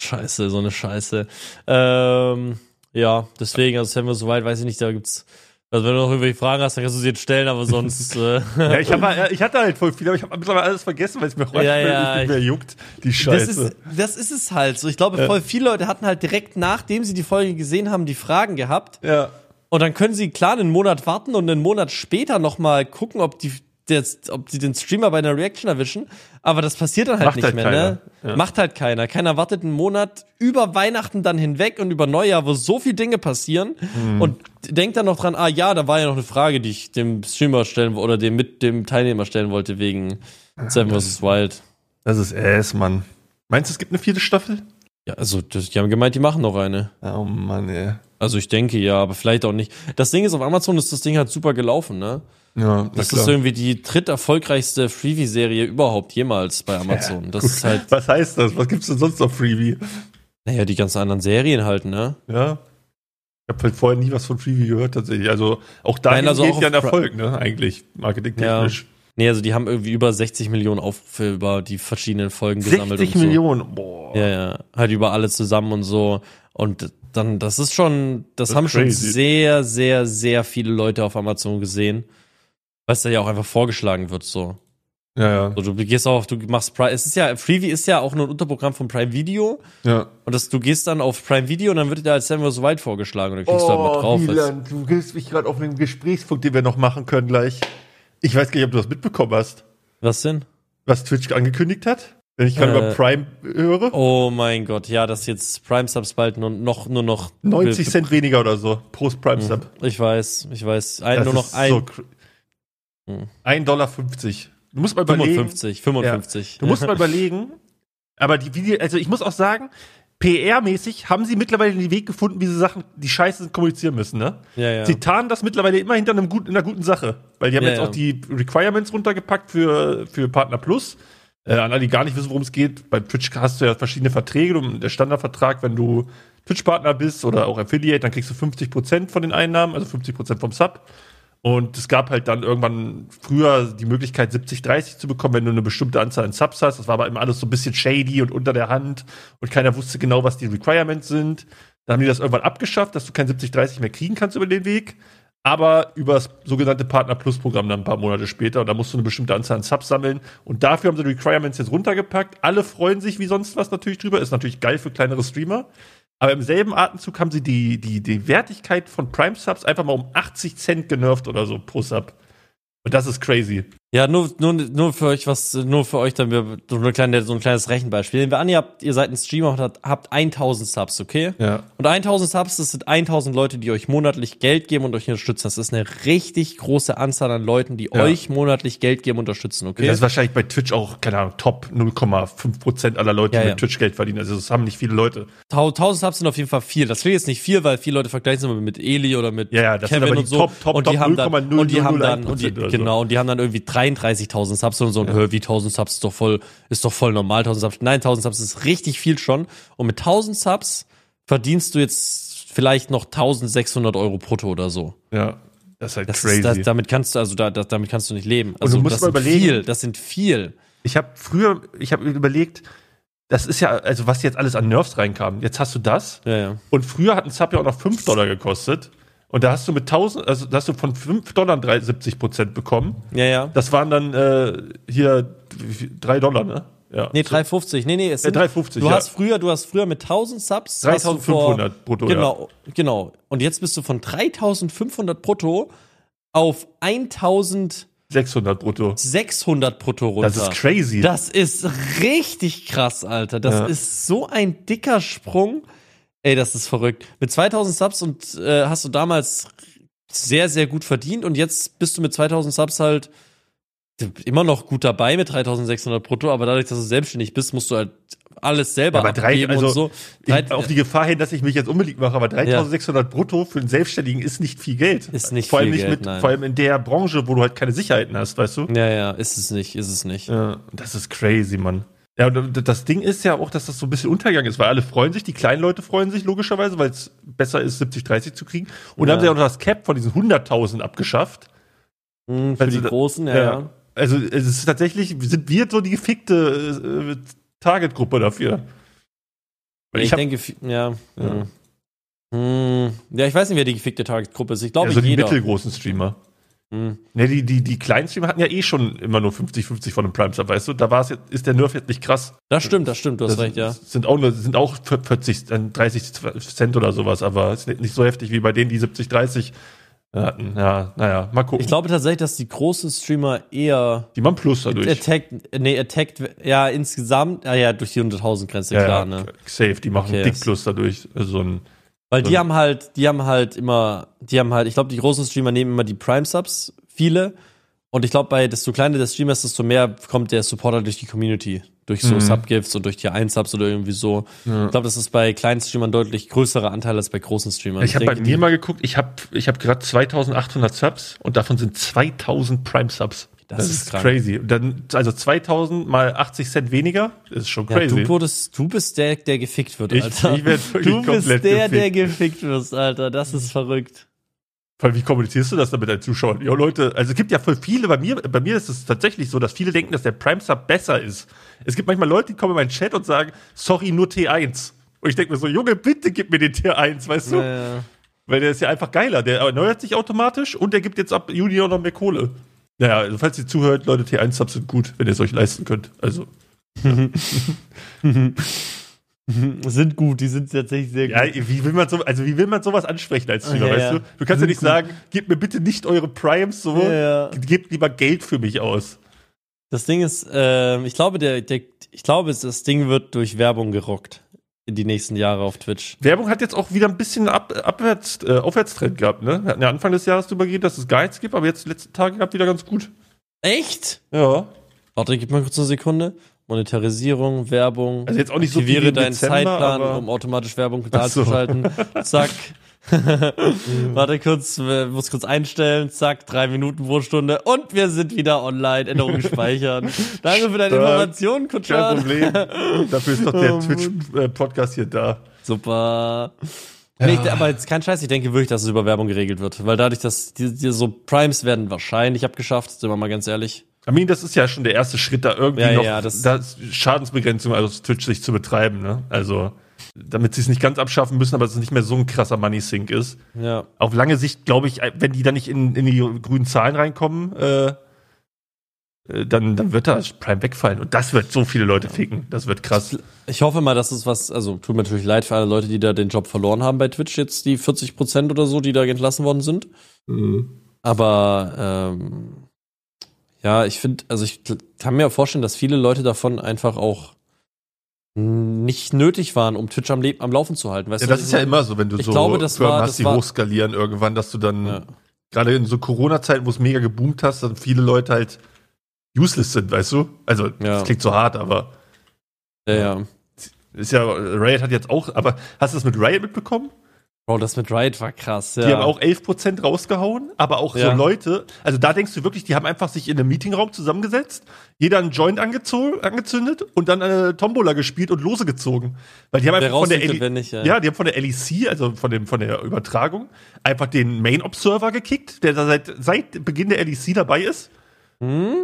Scheiße, so eine Scheiße. Ähm, ja, deswegen, also Sam vs. Wild, weiß ich nicht, da gibt's. Also wenn du noch irgendwelche Fragen hast, dann kannst du sie jetzt stellen, aber sonst. Äh,
Ja, ich, hab, mal- ich hatte halt voll viel, aber ich habe mittlerweile alles vergessen, weil es mir heute
Ja, ja,
nicht mehr juckt. Die
das,
Scheiße.
ist, das ist es halt so. Ich glaube, voll viele Leute hatten halt direkt nachdem sie die Folge gesehen haben, die Fragen gehabt.
ja.
Und dann können sie klar einen Monat warten und einen Monat später nochmal gucken, ob die, jetzt, ob die den Streamer bei einer Reaction erwischen. Aber das passiert dann halt
Macht
nicht
halt
mehr,
keiner.
ne? Macht halt keiner. Keiner wartet einen Monat über Weihnachten dann hinweg und über Neujahr, wo so viel Dinge passieren
Mhm.
und denkt dann noch dran, ah ja, da war ja noch eine Frage, die ich dem Streamer stellen wo- oder dem mit dem Teilnehmer stellen wollte wegen
Ah,
Seven vs. Wild.
Das ist Ass, Mann. Meinst du, es gibt eine vierte Staffel?
Ja, also das, die haben gemeint, die machen noch eine.
Oh Mann, ey.
Also ich denke ja, aber vielleicht auch nicht. Das Ding ist, auf Amazon ist das Ding halt super gelaufen, ne?
Ja, na
Das
klar. [LAUGHS]
ist irgendwie die dritterfolgreichste Freebie-Serie überhaupt jemals bei Amazon. das ist halt,
[LAUGHS] Was heißt das? Was gibt's denn sonst auf Freebie?
naja, die ganzen anderen Serien halt, ne?
Ja. Ich habe halt vorher nie was von Freebie gehört tatsächlich. Also auch da
Nein, also auch
geht ja ein
auf
Erfolg, ne? Eigentlich marketingtechnisch.
Nee, also die haben irgendwie über 60 Millionen Aufrufe über die verschiedenen Folgen gesammelt.
60
und so.
Millionen. Boah.
Ja, ja. Halt über alle zusammen und so. Und dann, das ist schon, das,
Das
haben
ist
schon
crazy.
sehr, sehr, sehr viele Leute auf Amazon gesehen. Weil es da ja auch einfach vorgeschlagen wird, so.
Ja, ja.
so. Du gehst auch, du machst Prime. Es ist ja, Freebie ist ja auch nur ein Unterprogramm von Prime Video.
ja.
Und das, du gehst dann auf Prime Video und dann wird dir als Samuel so weit vorgeschlagen und dann klickst du halt
Oh,
mit drauf. Das-
Wieland, du gehst mich gerade auf einen Gesprächspunkt, den wir noch machen können gleich. Ich weiß gar nicht, ob du das mitbekommen hast,
Was denn?
was Twitch angekündigt hat. Wenn ich gerade
Äh,
über Prime höre.
Oh mein Gott, ja, dass jetzt Prime Subs bald nur noch, nur noch
90 Cent weniger oder so pro Prime Sub.
Ich weiß, ich weiß.
Das
Ein, Halt nur noch
ist
ein,
so cr-
Mhm.
1,50 Dollar. Du musst mal überlegen.
55, 55.
Du
[LAUGHS]
musst mal überlegen. Aber die Video, also ich muss auch sagen, PR-mäßig haben sie mittlerweile den Weg gefunden, wie sie Sachen, die scheiße sind, kommunizieren müssen, ne?
ja, ja.
Sie tarnen das mittlerweile immer hinter einem guten, einer guten Sache. Weil die haben
Ja,
jetzt
ja.
auch die Requirements runtergepackt für, für Partner Plus. Äh, an alle, die gar nicht wissen, worum es geht. Bei Twitch hast du ja verschiedene Verträge. Du- Der Standardvertrag, wenn du Twitch-Partner bist oder auch Affiliate, dann kriegst du 50% von den Einnahmen, also 50% vom Sub. Und es gab halt dann irgendwann früher die Möglichkeit, 70, 30 zu bekommen, wenn du eine bestimmte Anzahl an Subs hast. Das war aber immer alles so ein bisschen shady und unter der Hand und keiner wusste genau, was die Requirements sind. Dann haben die das irgendwann abgeschafft, dass du kein 70, 30 mehr kriegen kannst über den Weg. Aber über das sogenannte Partner Plus Programm dann ein paar Monate später. Und da musst du eine bestimmte Anzahl an Subs sammeln. Und dafür haben sie die Requirements jetzt runtergepackt. Alle freuen sich wie sonst was natürlich drüber. Ist natürlich geil für kleinere Streamer. Aber im selben Atemzug haben sie die, die, die Wertigkeit von Prime Subs einfach mal um 80 Cent genervt oder so pro Sub. Und das ist crazy.
Ja, nur, nur, nur für euch was, nur für euch dann wir- so, eine kleine, so ein kleines Rechenbeispiel. Nehmen wir an, ihr habt, ihr seid ein Streamer und habt, habt 1000 Subs, okay?
Ja.
Und 1000 Subs, das sind 1000 Leute, die euch monatlich Geld geben und euch unterstützen. Das ist eine richtig große Anzahl an Leuten, die
Ja.
euch monatlich Geld geben und unterstützen, okay?
Das ist wahrscheinlich bei Twitch auch, keine Ahnung, Top 0,5 Prozent aller Leute,
Ja,
die
ja.
mit Twitch Geld verdienen. Also das haben nicht viele Leute.
Tau- 1000 Subs sind auf jeden Fall viel. Das klingt jetzt nicht viel, weil viele Leute vergleichen es immer mit Eli oder mit
Ja, ja, das sind
Kevin
aber die
und so.
Top, Top,
und die
Top
haben dann, und die haben dann,
0,0001%
und die,
oder so.
genau, und die haben dann irgendwie 33.000 Subs und so. Und hör, wie 1000 Subs ist doch voll, ist doch voll normal. 1000 Subs, nein, 1000 Subs ist richtig viel schon. Und mit 1000 Subs verdienst du jetzt vielleicht noch 1600 Euro brutto oder so.
Ja. Das ist halt
Das
crazy.
ist, das, damit kannst du, also da, das, damit kannst du nicht leben. Also
musst
das
mal
sind
überlegen-
viel, das sind viel.
Ich habe früher, ich habe überlegt, das ist ja, also was jetzt alles an Nerfs reinkam. Jetzt hast du das.
Ja, ja.
Und früher hat ein Sub ja auch noch 5 Dollar gekostet. Und da hast du mit 1000, also da hast du von 5 Dollar 73 Prozent bekommen.
Ja, ja.
Das waren dann äh, hier 3 Dollar, ne? Ja.
Nee, 3,50. Nee, nee, es
Ja,
sind,
3,50,
Du
ja.
hast früher, du hast früher mit 1000 Subs hast du
3.500
vor-
brutto, ja.
Genau, genau. Und jetzt bist du von 3500 brutto auf 1600
600 brutto.
brutto runter.
Das ist crazy.
Das ist richtig krass, Alter. Das
Ja.
ist so ein dicker Sprung. Ey, das ist verrückt. Mit 2000 Subs und äh, hast du damals sehr, sehr gut verdient und jetzt bist du mit 2000 Subs halt immer noch gut dabei mit 3600 brutto, aber dadurch, dass du selbstständig bist, musst du halt alles selber
Aber drei-
abgeben und
also
so. Drei,
Ich, auf die Gefahr hin, dass ich mich jetzt unbeliebt mache, aber 3600 brutto für einen Selbstständigen ist nicht viel Geld.
Ist nicht
vor allem
viel
nicht
Geld,
mit,
nein. Mhm.
Vor allem in der Branche, wo du halt keine Sicherheiten hast, weißt du?
ja, ja, ist es nicht, ist es nicht.
Ja, das ist crazy, Mann. Ja, und d- das Ding ist ja auch, dass das so ein bisschen Untergang ist, weil alle freuen sich, die kleinen Leute freuen sich logischerweise, weil es besser ist, 70, 30 zu kriegen. Und dann
Ja.
haben sie ja auch noch das Cap von diesen 100.000 abgeschafft.
Hm, für
Also
die
da-
Großen, ja, ja.
Also es ist tatsächlich, sind wir so die gefickte äh, Targetgruppe dafür. Weil
Ich,
ich hab,
denke, vi- ja.
Ja.
Ja. Hm. ja, ich weiß nicht, wer die gefickte Targetgruppe ist. Ich glaube,
also die
jeder.
mittelgroßen Streamer.
Hm.
Ne, die, die, die kleinen Streamer hatten ja eh schon immer nur 50-50 von dem Prime-Sub, weißt du? Da war es jetzt, ist der Nerf jetzt nicht krass.
Das stimmt, das stimmt, du hast
Das
recht, ja.
Sind auch, nur- sind auch 40, äh, 30 Cent oder sowas, aber es ist nicht- nicht so heftig wie bei denen, die 70, 30 hatten. Ja, naja, mal gucken.
Ich glaube tatsächlich, dass die großen Streamer eher
die machen Plus dadurch.
attacked, nee, attacked, ja, insgesamt, ah ja, durch die 100.000-Grenze, klar, ne?
Safe, die machen
Okay,
dick
das-
Plus dadurch. Also so ein,
Weil die
Ja.
haben halt, die haben halt immer, die haben halt, ich glaube, die großen Streamer nehmen immer die Prime-Subs, viele. Und ich glaube, bei desto kleiner der Streamer ist, desto mehr kommt der Supporter durch die Community. Durch so
Mhm.
Subgifts und durch die 1-Subs oder irgendwie so. Ich glaube, das ist bei kleinen Streamern deutlich größerer Anteil als bei großen Streamern.
ich habe bei
denke,
mir mal geguckt, ich habe ich hab gerade 2800 Subs und davon sind 2000 Prime-Subs.
Das ist krank.
crazy. Dann, also 2000 mal 80 Cent weniger, ist schon
Ja,
crazy.
du, wurdest, du bist der, der gefickt wird,
Ich-
Alter.
ich werd wirklich
du bist
komplett
der, der gefickt wirst, Alter. Das ist verrückt.
Weil wie kommunizierst du das damit als Zuschauer? Ja, Leute, also es gibt ja voll viele, bei mir, bei mir ist es tatsächlich so, dass viele denken, dass der Prime Sub besser ist. Es gibt manchmal Leute, die kommen in meinen Chat und sagen, sorry, nur T1. Und ich denke mir so, Junge, bitte gib mir den T1, weißt du?
Naja.
Weil der ist ja einfach geiler. Der erneuert sich automatisch und der gibt jetzt ab Juni auch noch mehr Kohle. Naja, also falls ihr zuhört, Leute, T1-Subs sind gut, wenn ihr es euch leisten könnt. Also,
Sind gut, die sind tatsächlich sehr
ja, wie will man so, also wie will man sowas ansprechen als Streamer,
Ja,
weißt
ja.
du? Du kannst ja nicht sagen, gebt mir bitte nicht eure Primes so,
Ja, ja.
gebt lieber Geld für mich aus.
Das Ding ist, ähm, ich glaube, der, der, ich glaube, es- das Ding wird durch Werbung gerockt. In die nächsten Jahre auf Twitch.
Werbung hat jetzt auch wieder ein bisschen ab, abwärts, äh, Aufwärtstrend gehabt, ne? Wir hatten ja Anfang des Jahres drüber geredet, dass es gar nichts gibt, aber jetzt die letzten Tage gab wieder ganz gut.
Echt?
Ja.
Warte, gib mal kurz eine Sekunde. Monetarisierung, Werbung.
Also jetzt auch nicht so
Aktiviere
viel im
deinen
Dezember,
Zeitplan,
aber-
um automatisch Werbung
Ach
da
so. Mhm.
zu schalten.
[LAUGHS]
Zack. Warte kurz, äh, muss kurz einstellen. Zack, drei Minuten pro Stunde. Und wir sind wieder
[LAUGHS]
online. Änderung speichern. Danke für deine
Stark.
Information,
Kein
Kutschan.
Problem. Dafür ist doch
[LAUGHS]
der
Oh
Twitch-Podcast hier da.
Super. Nee, ich, aber jetzt kein Scheiß, ich denke wirklich, dass es über Werbung geregelt wird. Weil dadurch, dass die, die so Primes werden wahrscheinlich abgeschafft, sind wir mal ganz ehrlich.
I mean, das ist ja schon der erste Schritt, da irgendwie
Ja,
noch
ja, das-
das Schadensbegrenzung aus Twitch sich zu betreiben. Ne? Also, damit sie es nicht ganz abschaffen müssen, aber es nicht mehr so ein krasser Money-Sink ist.
Ja.
Auf lange Sicht, glaube ich, wenn die da nicht in, in die grünen Zahlen reinkommen, äh, äh, dann, dann wird da Prime wegfallen. Und das wird so viele Leute ficken. Das wird krass.
Ich hoffe mal, dass es was, also tut mir natürlich leid für alle Leute, die da den Job verloren haben bei Twitch, jetzt die 40 Prozent oder so, die da entlassen worden sind.
Mhm.
Aber ähm, ja, ich finde, also ich kann mir vorstellen, dass viele Leute davon einfach auch nicht nötig waren, um Twitch am, Leben, am Laufen zu halten. Weißt
Ja,
du,
das
was
ist
ich
ja
meine?
immer so, wenn du
Ich
so
glaube, das
Firmen
war-
hast,
das
die
war-
hochskalieren irgendwann, dass du dann
Ja.
gerade in so Corona-Zeiten, wo es mega geboomt hast, dann viele Leute halt useless sind, weißt du? Also, das klingt so hart, aber
Ja, ja.
ist ja, Riot hat jetzt auch, aber hast du das mit Riot mitbekommen?
Bro, das mit Riot war krass. Ja.
Die haben auch 11% rausgehauen, aber auch
Ja.
so Leute, also da denkst du wirklich, die haben einfach sich in einem Meetingraum zusammengesetzt, jeder einen Joint angezo- angezündet und dann eine Tombola gespielt und Lose gezogen. Weil die haben
Wer
einfach von der
rausfliegt und
LE
wer nicht, ja.
ja. die haben von der LEC, also von, dem, von der Übertragung, einfach den Main-Observer gekickt, der da seit, seit Beginn der LEC dabei ist.
Hm?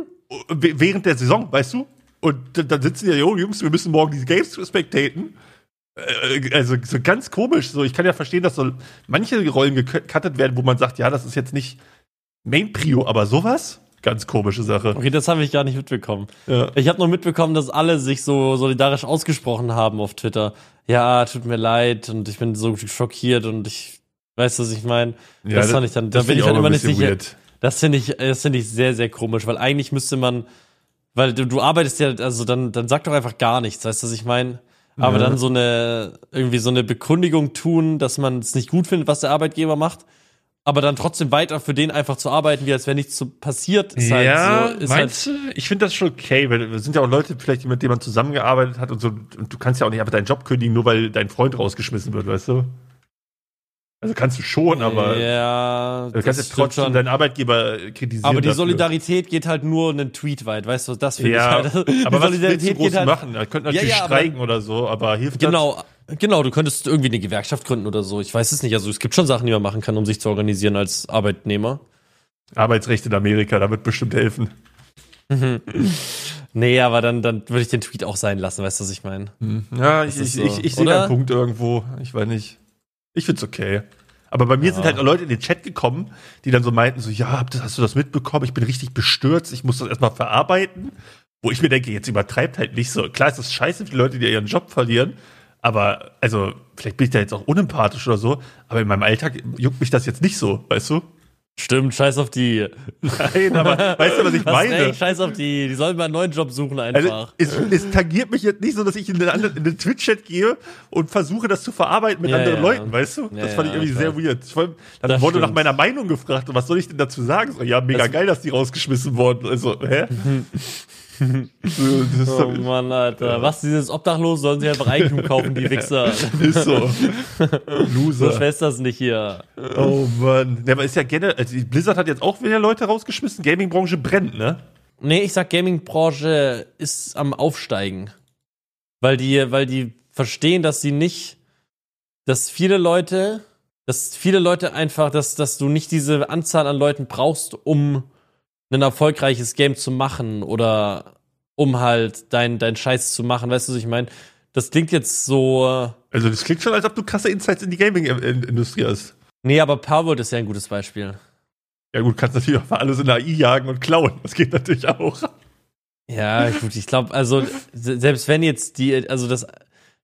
W- Während der Saison, weißt du? Und dann- dann sitzen die, da, jo, Jungs, wir müssen morgen diese Games spectaten. Äh, also so ganz komisch. So, ich kann ja verstehen, dass so manche Rollen gecuttet werden, wo man sagt, ja, das ist jetzt nicht Main Prio, aber sowas? Ganz komische Sache.
Okay, das habe ich gar nicht mitbekommen.
Ja.
Ich habe nur mitbekommen, dass alle sich so solidarisch ausgesprochen haben auf Twitter. Ja, tut mir leid und ich bin so schockiert und ich weiß, was ich meine.
Ja,
das fand ich dann, da
das
bin
find
ich
auch
dann immer
ein
nicht
bisschen
sicher.
weird.
Das finde ich, das finde ich sehr, sehr komisch, weil eigentlich müsste man, weil du, du arbeitest ja, also dann, dann sag doch einfach gar nichts, weißt du, was ich meine? Aber
Ja.
dann so eine, irgendwie so eine Begründung tun, dass man es nicht gut findet, was der Arbeitgeber macht, aber dann trotzdem weiter für den einfach zu arbeiten, wie als wäre nichts so passiert, ist
ja,
halt so, ist
meinst du? Ich finde das schon okay, weil es sind ja auch Leute, vielleicht mit denen man zusammengearbeitet hat und so. Und du kannst ja auch nicht einfach deinen Job kündigen, nur weil dein Freund rausgeschmissen wird, weißt du? Also kannst du schon,
halt,
aber
ja,
du kannst ja
das stimmt
trotzdem
schon.
deinen Arbeitgeber äh, kritisieren.
aber die
dafür.
Solidarität geht halt nur einen Tweet weit, weißt du, das finde
Ja,
[LAUGHS] ich halt. Die
aber was willst du
Solidarität
groß
geht halt,
machen? Da könnten natürlich
ja, aber-
streiken oder so, aber hilft das?
Genau, genau, du könntest irgendwie eine Gewerkschaft gründen oder so. Ich weiß es nicht. Also es gibt schon Sachen, die man machen kann, um sich zu organisieren als Arbeitnehmer.
Arbeitsrecht in Amerika, da wird bestimmt helfen.
Nee, aber dann, dann würde ich den Tweet auch sein lassen, weißt du, was ich meine?
Ja, ich,
Das ist
ich,
so,
ich, ich sehe
oder?
da einen Punkt irgendwo. Ich weiß nicht. Ich find's okay. Aber bei mir sind halt auch Leute in den Chat gekommen, die dann so meinten, so, ja, habt das- hast du das mitbekommen? Ich bin richtig bestürzt, ich muss das erstmal verarbeiten. Wo ich mir denke, jetzt übertreibt halt nicht so. Klar ist das scheiße für die Leute, die ihren Job verlieren. Aber, also, vielleicht bin ich da jetzt auch unempathisch oder so. Aber in meinem Alltag juckt mich das jetzt nicht so, weißt du? [LAUGHS]
Stimmt, scheiß auf die.
Nein, aber weißt du, was ich
Hast
meine?
recht, scheiß auf die. Die sollen mal einen neuen Job suchen
Also
einfach.
es, es tangiert mich jetzt nicht so, dass ich in den, anderen- in den Twitch-Chat gehe und versuche, das zu verarbeiten mit
Ja,
anderen
ja.
Leuten, weißt du?
Ja,
das fand ich
ja,
irgendwie
ich
sehr weird. Vor allem, dann
Das
wurde nach
stimmt.
meiner Meinung gefragt, und was soll ich denn dazu sagen? So, ja, mega
Das-
geil, dass die rausgeschmissen wurden. Also, hä? [LAUGHS] so, das ist,
oh Mann, Alter. Was, dieses Obdachlos sollen sie einfach Eigentum
[LAUGHS]
kaufen, die Wichser.
ist so.
So
Loser.
schwer ist das nicht hier.
Oh Mann. Ja, aber ist ja generell, also die Blizzard hat jetzt auch wieder Leute rausgeschmissen. Gaming-Branche brennt, ne?
Nee, ich sag, Gaming-Branche ist am Aufsteigen. Weil die, weil die verstehen, dass sie nicht, dass viele Leute dass viele Leute einfach, dass, dass du nicht diese Anzahl an Leuten brauchst, um ein erfolgreiches Game zu machen oder um halt deinen dein Scheiß zu machen. Weißt du, was ich meine? Das klingt jetzt so.
Also das klingt schon, als ob du krasse Insights in die Gaming-Industrie hast.
Nee, aber Powerworld ist ja ein gutes Beispiel.
Ja gut, kannst natürlich auch alles in der AI jagen und klauen. Das geht natürlich auch.
Ja, gut, ich glaube, also se- selbst wenn jetzt die, also das,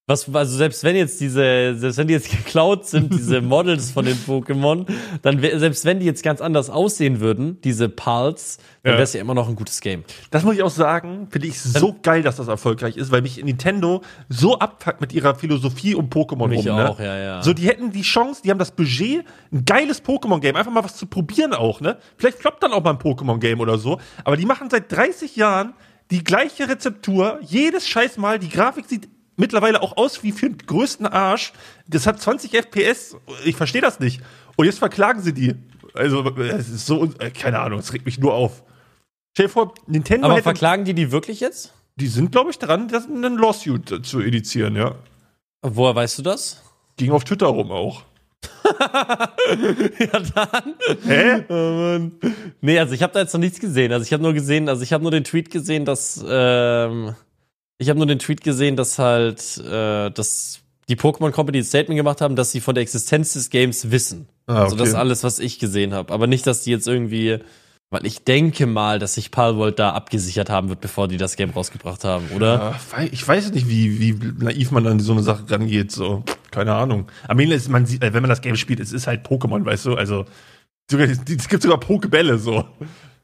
was, also selbst wenn jetzt diese, selbst wenn die jetzt geklaut sind, diese Models von den Pokémon, dann wär, selbst wenn die jetzt ganz anders aussehen würden, diese Pals, dann
Ja.
wäre es ja immer noch ein gutes Game.
Das muss ich auch sagen, finde ich so geil, dass das erfolgreich ist, weil mich Nintendo so abfuckt mit ihrer Philosophie um Pokémon
Mich
rum. ne?
auch, ja, ja.
So, die hätten die Chance, die haben das Budget, ein geiles Pokémon-Game, einfach mal was zu probieren auch, ne? Vielleicht floppt dann auch mal ein Pokémon-Game oder so, aber die machen seit 30 Jahren die gleiche Rezeptur, jedes scheiß Mal, die Grafik sieht mittlerweile auch aus wie für den größten Arsch. Das hat 20 FPS, ich verstehe das nicht. Und jetzt verklagen sie die. Also, es ist so, un- äh, keine Ahnung, es regt mich nur auf. Stell dir vor, Nintendo
Aber
hätte-
verklagen die die wirklich jetzt?
die sind, glaube ich, dran, das einen Lawsuit zu edizieren, ja.
Woher weißt du das?
Ging auf Twitter rum auch.
ja, dann.
Hä?
[LAUGHS] Oh Mann. Nee, also ich habe da jetzt noch nichts gesehen. Also ich habe nur gesehen, also ich habe nur den Tweet gesehen, dass ähm, ich habe nur den Tweet gesehen, dass halt äh, dass die Pokémon Company ein Statement gemacht haben, dass sie von der Existenz des Games wissen.
Ah,
Also das ist alles, was ich gesehen habe. Aber nicht, dass die jetzt irgendwie, weil ich denke mal, dass sich Palworld da abgesichert haben wird, bevor die das Game rausgebracht haben, oder?
Ja, Ah, wei- ich weiß nicht, wie, wie naiv man an so eine Sache rangeht. So. Keine Ahnung. Am Ende ist man sieht, äh, wenn man das Game spielt, es ist halt Pokémon, weißt du? Also sogar- es gibt sogar Pokebälle so.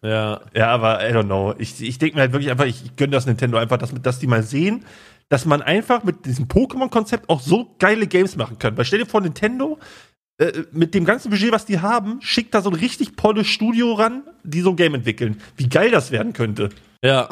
Ja.
Ja, aber I don't know. Ich, ich denke mir halt wirklich einfach, ich, ich gönne das Nintendo einfach, dass, dass die mal sehen, dass man einfach mit diesem Pokémon-Konzept auch so geile Games machen kann. Weil stell dir vor, Nintendo, äh, mit dem ganzen Budget, was die haben, schickt da so ein richtig polles Studio ran, die so ein Game entwickeln. Wie geil das werden könnte.
Ja,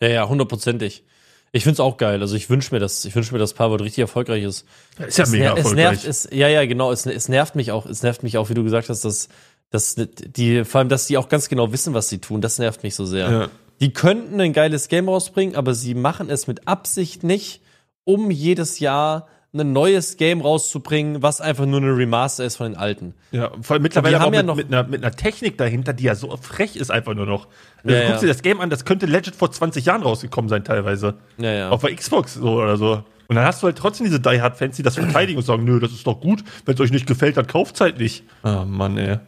ja, ja, hundertprozentig. Ich find's auch geil. Also ich wünsch mir das, ich wünsch mir, dass Palworld richtig erfolgreich ist.
Ist ja
es
mega
ner- es
erfolgreich.
nervt, es, ja, ja, genau. Es, es nervt mich auch. Es nervt mich auch, wie du gesagt hast, dass, dass ne, die, vor allem, dass die auch ganz genau wissen, was sie tun. Das nervt mich so sehr.
Ja.
Die könnten ein geiles Game rausbringen, aber sie machen es mit Absicht nicht, um jedes Jahr ein neues Game rauszubringen, was einfach nur eine Remaster ist von den alten.
Ja, vor allem mittlerweile
Die haben
aber
ja
mit,
noch-
mit, einer, mit einer Technik dahinter, die ja so frech ist einfach nur noch. Also
Ja,
du guckst
ja.
dir das Game an, das könnte legit vor 20 Jahren rausgekommen sein teilweise.
Ja, ja.
Auf der Xbox so oder so. Und dann hast du halt trotzdem diese Die Hard Fans, die das verteidigen und sagen, nö, das ist doch gut, wenn es euch nicht gefällt, dann kauft's halt nicht. Ah, Mann, ey.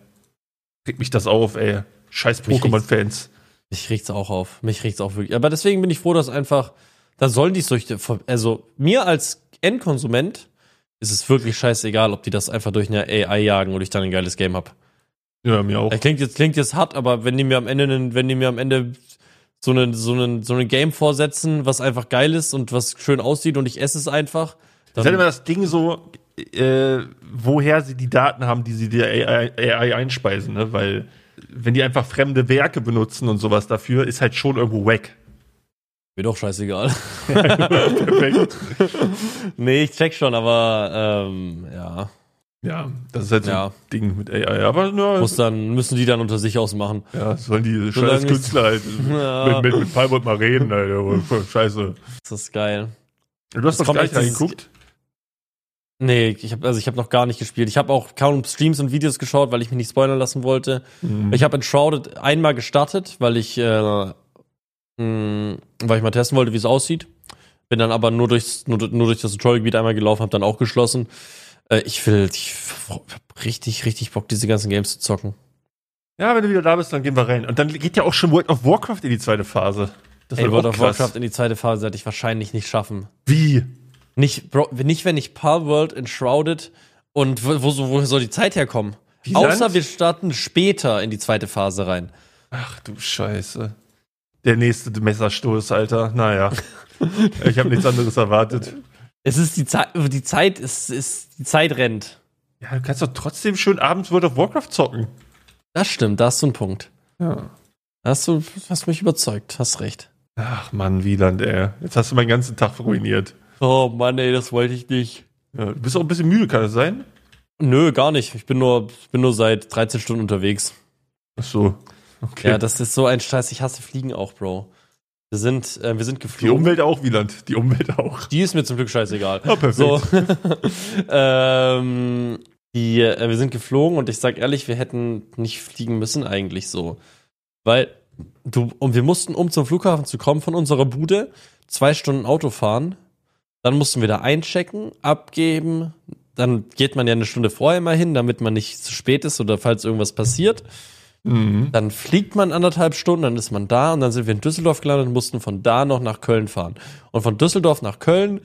Regt mich das auf, ey. Scheiß
Mich regt's-
Pokémon-Fans.
Mich regt's auch auf. Mich regt's auch wirklich. Aber deswegen bin ich froh, dass einfach, dann sollen die es durch, also mir als Endkonsument ist es wirklich scheißegal, ob die das einfach durch eine AI jagen oder ich dann ein geiles Game hab.
Ja, mir auch.
Das klingt jetzt, klingt jetzt hart, aber wenn die mir am Ende, nen- wenn die mir am Ende so einen, so einen, so einen Game vorsetzen, was einfach geil ist und was schön aussieht und ich esse es einfach,
Das ist halt immer
dann,
das Ding so, äh, woher sie die Daten haben, die sie der AI, AI einspeisen, ne? Weil wenn die einfach fremde Werke benutzen und sowas dafür, ist halt schon irgendwo
[LAUGHS]
weg.
mir doch [LAUGHS] scheißegal.
Perfekt.
nee, ich check schon, aber, ähm, ja.
Ja, das ist halt so
Ja.
ein Ding mit AI. Aber na,
Muss dann, müssen die dann unter sich ausmachen.
ja, sollen die
Solange
scheiß
es-
Künstler
[LAUGHS]
halt
Ja.
mit, mit, mit Palmwood mal reden, Alter. [LAUGHS] Scheiße.
Das ist geil.
Du hast
Das
doch
kommt
gleich
echt dieses-
reingeguckt.
Nee, ich habe also ich habe noch gar nicht gespielt. Ich habe auch kaum Streams und Videos geschaut, weil ich mich nicht spoilern lassen wollte.
Hm.
Ich habe Enshrouded einmal gestartet, weil ich äh, mh, weil ich mal testen wollte, wie es aussieht. Bin dann aber nur durchs nur, nur durch das Tutorialgebiet einmal gelaufen, habe dann auch geschlossen. Äh, ich will ich hab richtig richtig Bock diese ganzen Games zu zocken.
Ja, wenn du wieder da bist, dann gehen wir rein. Und dann geht ja auch schon World of Warcraft in die zweite Phase. Das
Ey,
wird
World
auch
of
krass.
Warcraft in die zweite Phase werde ich wahrscheinlich nicht schaffen.
Wie?
Nicht Bro, nicht wenn ich Palworld Enshrouded und wo, wo, woher soll die Zeit herkommen?
Wie
Außer
langt?
wir starten später in die zweite Phase rein.
Ach du Scheiße. Der nächste Messerstoß, Alter.
[LAUGHS]
Naja. ich habe nichts anderes erwartet.
Es ist die Zeit, die Zeit ist, ist, die Zeit rennt.
Ja, du kannst doch trotzdem schön abends World of Warcraft zocken.
Das stimmt, da hast du einen Punkt.
Ja.
Hast du, hast mich überzeugt, hast recht.
Ach Mann, Wieland, ey. Jetzt hast du meinen ganzen Tag ruiniert.
Oh Mann, ey, das wollte ich nicht.
Ja, du bist auch ein bisschen müde, kann das sein?
Nö, gar nicht. Ich bin nur, ich bin nur seit 13 Stunden unterwegs.
Ach so. Okay.
Ja, das ist so ein Scheiß. Ich hasse Fliegen auch, Bro. Wir sind, äh, wir sind
die
geflogen.
Umwelt auch, Wieland. Die Umwelt auch.
Die, ist mir zum Glück scheißegal.
Ah, perfekt.
So. [LAUGHS] ähm, die, äh, wir sind geflogen und ich sag ehrlich, wir hätten nicht fliegen müssen eigentlich so. Weil du, und wir mussten, um zum Flughafen zu kommen, von unserer Bude zwei Stunden Auto fahren. Dann mussten wir da einchecken, abgeben. Dann geht man ja eine Stunde vorher mal hin, damit man nicht zu spät ist oder falls irgendwas passiert.
Mhm.
Dann fliegt man anderthalb Stunden, dann ist man da und dann sind wir in Düsseldorf gelandet und mussten von da noch nach Köln fahren. Und von Düsseldorf nach Köln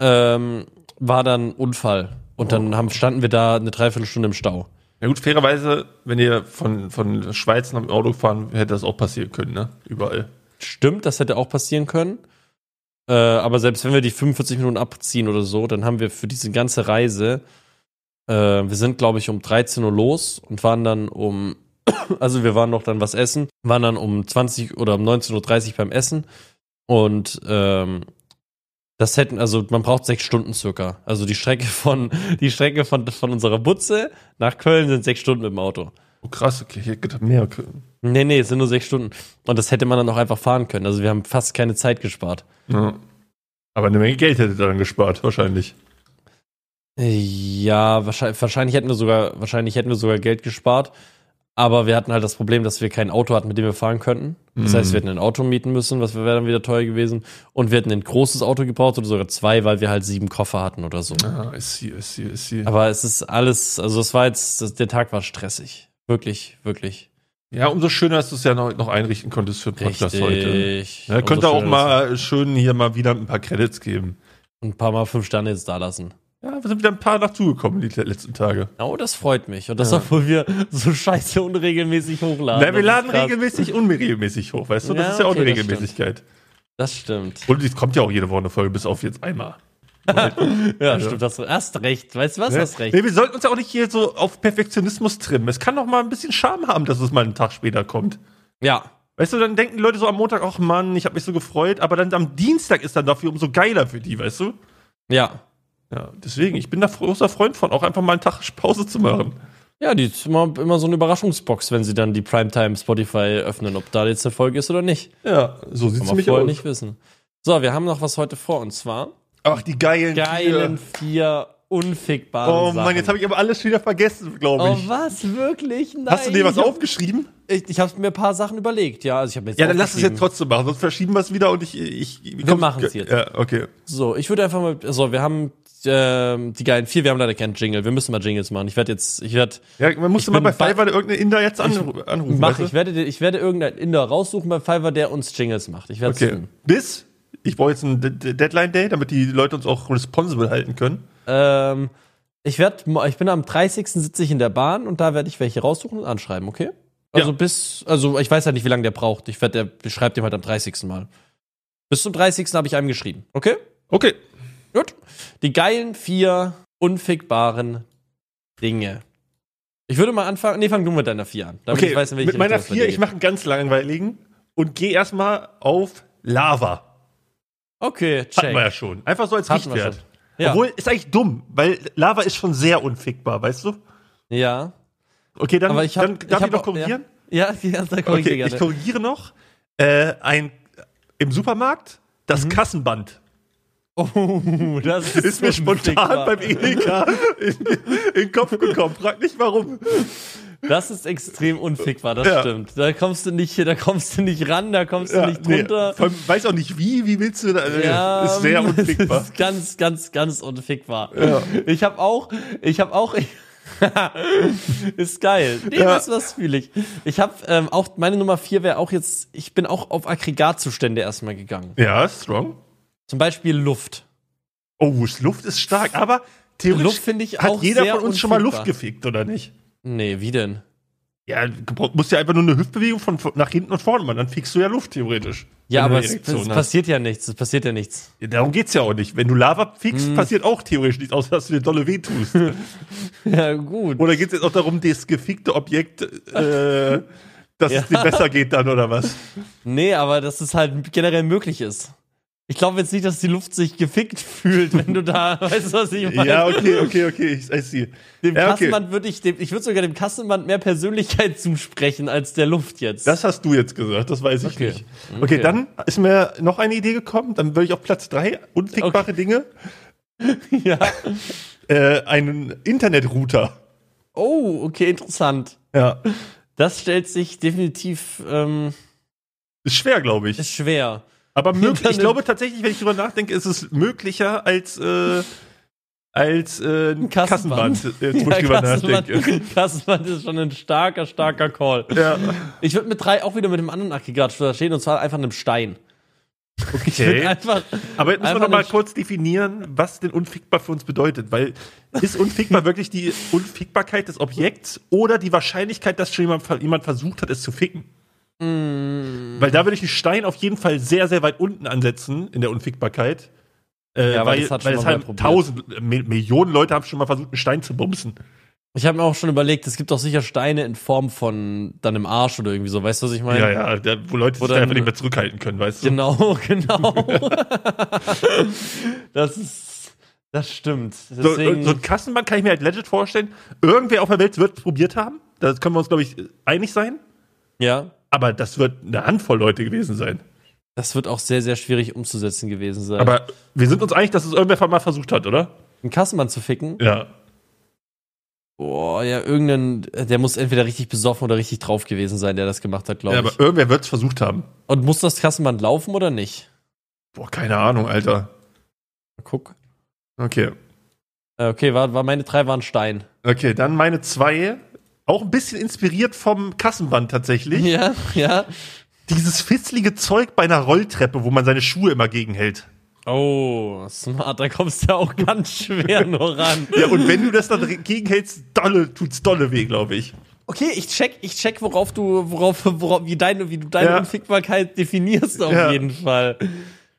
ähm, war dann Unfall. Und dann haben, standen wir da eine Dreiviertelstunde im Stau.
Ja gut, fairerweise, wenn ihr von, von Schweiz nach dem Auto fahren, hätte das auch passieren können, ne? Überall.
Stimmt, das hätte auch passieren können. Äh, aber selbst wenn wir die 45 Minuten abziehen oder so, dann haben wir für diese ganze Reise, äh, wir sind, glaube ich, um 13 Uhr los und waren dann um, [CLEARS THROAT] also wir waren noch dann was essen, waren dann um 20 oder um 19.30 Uhr beim Essen und ähm, das hätten, also man braucht sechs Stunden circa. Also die Strecke von, [LAUGHS] die Strecke von, von unserer Butze nach Köln sind sechs Stunden mit dem Auto.
Oh krass, okay, ich hätte gedacht, mehr können.
Nee, nee, es sind nur sechs Stunden. Und das hätte man dann auch einfach fahren können. Also wir haben fast keine Zeit gespart.
Ja. Aber eine Menge Geld hättet ihr dann gespart, wahrscheinlich.
Ja, wahrscheinlich, wahrscheinlich hätten wir sogar, wahrscheinlich hätten wir sogar Geld gespart. Aber wir hatten halt das Problem, dass wir kein Auto hatten, mit dem wir fahren könnten. Das
Mhm.
heißt, wir hätten ein Auto mieten müssen, was wäre dann wieder teuer gewesen. Und wir hätten ein großes Auto gebraucht oder sogar zwei, weil wir halt sieben Koffer hatten oder so.
Ah, I see, I see, I see.
Aber es ist alles, also es war jetzt, das, der Tag war stressig. Wirklich, wirklich.
ja, umso schöner, dass du es ja noch, noch einrichten konntest für den Podcast heute.
Richtig.
Ja, könnt
Umso
ihr auch
schöner,
mal schön hier mal wieder ein paar Credits geben.
dass wir Ein paar Mal fünf Sterne jetzt da lassen.
Ja, wir sind wieder ein paar dazugekommen die letzten Tage.
Oh, das freut mich. Und das, obwohl wir so scheiße unregelmäßig hochladen.
Nein, Ne, wir
Das ist
laden
krass.
regelmäßig, unregelmäßig hoch, weißt du? Das
Ja,
ist ja auch
okay,
eine
das
Regelmäßigkeit.
Das stimmt.
Und es kommt ja auch jede Woche eine Folge, bis auf jetzt einmal.
Ja, stimmt. Das hast recht. Weißt du was? Hast recht.
Nee, Ne? wir sollten uns ja auch nicht hier so auf Perfektionismus trimmen. Es kann doch mal ein bisschen Charme haben, dass es mal einen Tag später kommt.
Ja.
Weißt du, dann denken die Leute so am Montag, ach Mann, ich habe mich so gefreut, aber dann am Dienstag ist dann dafür umso geiler für die, weißt du?
Ja.
Ja, deswegen, ich bin da großer Freund von, auch einfach mal einen Tag Pause zu machen.
Ja, die ist immer, immer so eine Überraschungsbox, wenn sie dann die Primetime Spotify öffnen, ob da jetzt eine Folge ist oder nicht.
Ja, so sieht's
Kann man
nämlich
vorher
aus.
nicht wissen. So, wir haben noch was heute vor und zwar
Ach, die geilen
geilen
Tiere.
vier unfickbaren
Oh
Sachen.
Mann, jetzt habe ich aber alles wieder vergessen, glaube
Oh
ich.
was, wirklich? Nein.
Hast du dir was
ich hab-
aufgeschrieben?
Ich, ich habe mir ein paar Sachen überlegt, ja. Also ich habe mir jetzt
Ja, dann lass es jetzt
aufgeschrieben.
trotzdem machen, sonst verschieben wir es wieder und ich. ich, ich
Wir machen's jetzt.
Ja, okay.
So, ich würde einfach mal. So, wir haben ähm, die geilen vier. Wir haben leider keinen Jingle. Wir müssen mal Jingles machen. Ich werde jetzt. Ich werde.
Ja, man musste
Ich
mal
bin
bei
bei-
Fiverr irgendeinen Inder jetzt anru anrufen.
Mach,
weißt du?
ich werde, ich werde irgendeinen Inder raussuchen bei Fiverr, der uns Jingles macht. Ich werde
Okay. Bis. Ich brauche jetzt einen De- De- Deadline-Day, damit die Leute uns auch responsible halten können.
ähm, ich werde, mo- ich bin am 30. sitze ich in der Bahn und da werde ich welche raussuchen und anschreiben, okay? Also
Ja.
bis, also ich weiß ja nicht, wie lange der braucht. Ich werde, der schreibt dem halt am 30. Mal. Bis zum 30. habe ich einem geschrieben, okay?
Okay.
Gut. Die geilen vier unfickbaren Dinge. Ich würde mal anfangen. Nee, fang du mit deiner vier an. damit
Okay.
ich weiß, in welche
mit meiner
Richtung es bei
vier,
dir
ich
geht.
mache einen ganz langweiligen und gehe erstmal auf Lava.
Okay,
Hatten wir ja
check.
schon. Einfach so als
Hatten wir
Richtwert.
schon. Ja.
Obwohl, ist eigentlich dumm, weil Lava ist schon sehr unfickbar, weißt du?
Ja.
Okay, dann,
Aber ich hab,
dann darf ich,
hab
noch
auch-
korrigieren?
Ja, [LAUGHS] ja, ja da korrigiere
Okay, ich
gerne.
korrigiere noch. Äh, ein, Im Supermarkt das Kassenband.
oh, das Mhm.
[LAUGHS]
ist,
Ist mir spontan
unfickbar.
beim Edeka in, in den Kopf gekommen. Frag nicht warum.
Das ist extrem unfickbar, das
Ja.
stimmt. Da kommst du nicht, da kommst du nicht ran, da kommst du nicht
nee,
drunter.
vor allem weiß auch nicht wie. Wie willst du da? äh,
Ja,
[LAUGHS] ist sehr unfickbar.
Das [LAUGHS] ist ganz, ganz, ganz unfickbar. Ich habe auch, ich habe auch, [LAUGHS] ist geil. Nee,
Ja.
was, was fühle ich. Ich habe ähm, auch, meine Nummer vier wäre auch jetzt, ich bin auch auf Aggregatzustände erstmal gegangen.
ja, strong.
Zum Beispiel Luft.
Oh, Luft ist stark, aber theoretisch
Luft finde ich
hat
auch
jeder
sehr
von uns schon mal Luft
unfickbar.
gefickt, oder nicht?
Nee, wie denn?
Ja, du musst ja einfach nur eine Hüftbewegung von von nach hinten und vorne machen, dann fickst du ja Luft theoretisch. Wenn du
Ja, aber
eine
es,
Erektion
es
hast.
passiert ja nichts, es passiert ja nichts.
Ja, darum geht's ja auch nicht. Wenn du Lava fickst,
Hm.
passiert auch theoretisch nichts, außer dass du dir dolle weh
[LAUGHS]
tust.
Ja, [LAUGHS] gut.
oder geht's jetzt auch darum, das gefickte Objekt, äh,
[LAUGHS]
dass es dir besser geht dann, oder was?
Nee, aber dass es halt generell möglich ist. Ich glaube jetzt nicht, dass die Luft sich gefickt fühlt, wenn du da, [LAUGHS] weißt du, was ich meine?
ja, okay, okay, okay, ich I see.
Dem
ja, okay.
Kassenband würde ich, dem, ich würde sogar dem Kassenband mehr Persönlichkeit [LAUGHS] zusprechen als der Luft jetzt.
Das hast du jetzt gesagt, das weiß ich
Okay.
nicht. Okay,
Okay.
dann ist mir noch eine Idee gekommen, dann würde ich auf Platz drei unfickbare Dinge,
[LAUGHS] ja.
äh, einen Internetrouter.
Oh, okay, interessant.
Ja.
Das stellt sich definitiv ähm,
Ist schwer, glaube ich.
ist schwer.
Aber möglich,
hinter
ich
einem-
glaube tatsächlich, wenn ich drüber nachdenke, ist es möglicher als, äh, als äh, ein Kassenband,
[LAUGHS]
äh, wo ich drüber nachdenke.
Kassenband, [LAUGHS] Kassenband ist schon ein starker, starker Call.
Ja.
Ich würde mit drei auch wieder mit dem anderen Aggregat stehen und zwar einfach einem Stein. Ich würd
Okay.
Einfach,
Aber jetzt müssen wir
einfach
nochmal
den-
kurz definieren, was denn unfickbar für uns bedeutet. Weil ist
[LAUGHS]
unfickbar wirklich die Unfickbarkeit des Objekts oder die Wahrscheinlichkeit, dass schon jemand, jemand versucht hat, es zu ficken?
Mm.
Weil da würde ich einen Stein auf jeden Fall sehr, sehr weit unten ansetzen in der Unfickbarkeit. Äh,
Ja, aber
weil
das hat schon
weil
mal
es
wer
halt
probiert.
tausend, Mi- Millionen Leute haben schon mal versucht, einen Stein zu bumsen.
ich habe mir auch schon überlegt, es gibt doch sicher Steine in Form von dann im Arsch oder irgendwie so. Weißt du, was ich meine?
Ja, ja, da, wo Leute
Wo
sich da
dann-
einfach nicht mehr zurückhalten können, weißt du?
Genau, [LAUGHS] genau. das ist, das stimmt.
So, äh,
Deswegen,
so ein Kassenband kann ich mir halt legit vorstellen. Irgendwer auf der Welt wird es probiert haben. Da können wir uns, glaube ich, einig sein.
ja,
Aber das wird eine Handvoll Leute gewesen sein.
das wird auch sehr, sehr schwierig umzusetzen gewesen sein.
Aber wir sind uns einig, dass es irgendwer mal versucht hat, oder?
ein Kassenband zu ficken?
Ja.
Boah, ja, irgendein, äh, der muss entweder richtig besoffen oder richtig drauf gewesen sein, der das gemacht hat, glaube
ja
ich.
aber irgendwer wird es versucht haben.
Und muss das Kassenband laufen oder nicht?
Boah, keine Ahnung, Alter.
Guck.
Okay.
Äh, Okay, war, war meine drei waren Stein.
Okay, dann meine zwei. Auch ein bisschen inspiriert vom Kassenband tatsächlich.
[LAUGHS] Ja, ja.
Dieses fitzelige Zeug bei einer Rolltreppe, wo man seine Schuhe immer gegenhält.
Oh, smart, da kommst du ja auch [LAUGHS] ganz schwer nur ran.
Ja, und wenn du das dann gegenhältst, dolle, tut's dolle weh, glaube ich.
Okay, ich check, ich check, worauf du, worauf, worauf wie deine, wie du deine
Ja.
Unfickbarkeit definierst auf
Ja.
jeden Fall.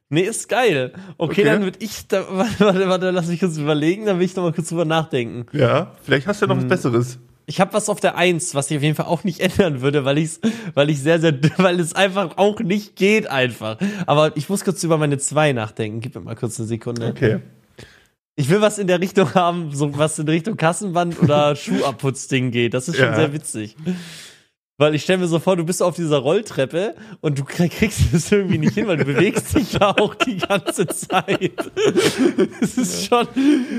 Nee, ist geil. Okay,
Okay.
dann würde ich, da, [LAUGHS] warte, warte, warte, lass mich kurz überlegen, dann will ich noch mal kurz drüber nachdenken.
Ja, vielleicht hast du ja
Hm.
noch was Besseres.
Ich habe was auf der Eins, was ich auf jeden Fall auch nicht [LAUGHS] ändern würde, weil ich's, weil ich sehr, [LAUGHS] sehr, weil es einfach auch nicht geht einfach. Aber ich muss kurz über meine Zwei nachdenken. Gib mir mal kurz eine Sekunde.
Okay.
Ich will was in der Richtung haben, so was in Richtung
[LAUGHS]
Kassenband oder Schuhabputzding geht. Das ist schon
Ja.
sehr witzig. Weil ich stelle mir so vor, du bist auf dieser Rolltreppe und du krie- kriegst [LAUGHS] es irgendwie nicht hin, weil du bewegst dich da auch die ganze Zeit. [LAUGHS] es ist schon,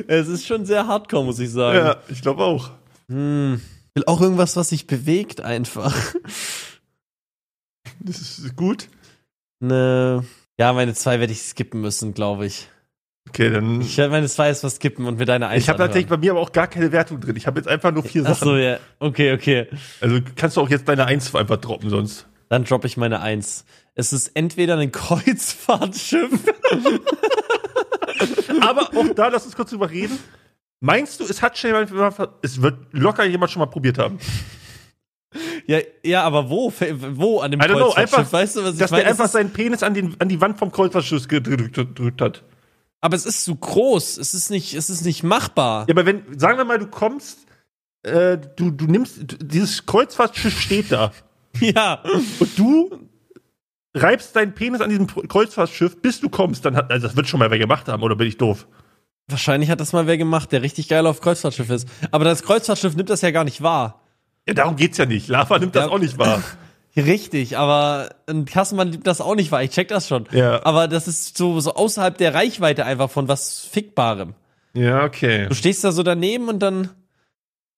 es ist schon sehr hardcore, muss ich sagen.
Ja, ich glaube auch.
Hm. Ich will auch irgendwas, was sich bewegt einfach.
Das ist gut.
Ne. Ja, meine zwei werde ich skippen müssen, glaube ich.
Okay, dann.
Ich werde meine zwei erstmal skippen und mir deine eins
Ich habe tatsächlich bei mir aber auch gar keine Wertung drin. Ich habe jetzt einfach nur vier
Ach
Sachen.
so, ja. Okay, okay.
Also kannst du auch jetzt deine Eins einfach droppen sonst.
Dann droppe ich meine Eins. Es ist entweder ein [LAUGHS] Kreuzfahrtschiff.
Aber auch da, lass uns kurz drüber reden. Meinst du, es hat schon jemand, es wird locker jemand schon mal probiert haben?
ja, ja, aber wo? Fe- Wo an dem
I don't know,
Kreuzfahrtschiff?
einfach,
weißt du, was ich
dass der
meine? Es
einfach
ist,
seinen Penis an, den, an die Wand vom Kreuzfahrtschiff gedrückt, gedrückt hat.
aber es ist zu groß. Es ist nicht, es ist nicht machbar.
Ja, aber wenn, sagen wir mal, du kommst, äh, du, du nimmst, du, dieses Kreuzfahrtschiff steht da
Ja.
und du reibst deinen Penis an diesem Pro- Kreuzfahrtschiff, bis du kommst, dann hat, also das wird schon mal wer gemacht haben, oder bin ich doof?
Wahrscheinlich hat das mal wer gemacht, der richtig geil auf Kreuzfahrtschiff ist. Aber das Kreuzfahrtschiff nimmt das ja gar nicht wahr.
Ja, darum geht's ja nicht. Lava nimmt das
Ja.
auch nicht wahr.
Richtig, aber ein Kassenmann nimmt das auch nicht wahr. Ich check das schon.
Ja.
Aber das ist so, so außerhalb der Reichweite einfach von was Fickbarem.
Ja, okay.
Du stehst da so daneben und dann.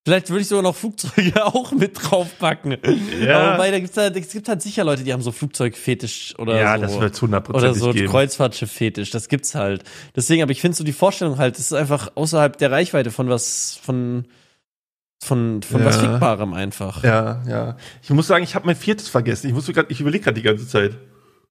Vielleicht würde ich sogar noch Flugzeuge [LAUGHS] auch mit draufpacken.
Ja.
Aber wobei, da gibt's halt, es gibt halt sicher Leute, die haben so Flugzeugfetisch oder
Ja,
so.
das wird's
Oder
hundertprozentig
so
geben.
Kreuzfahrtschiff-Fetisch, das gibt's halt. Deswegen, aber ich finde so die Vorstellung halt, das ist einfach außerhalb der Reichweite von was, von, von, von was
Ja.
Fickbarem einfach.
Ja, ja. Ich muss sagen, ich habe mein viertes vergessen. Ich muss grad, ich überlege gerade die ganze Zeit.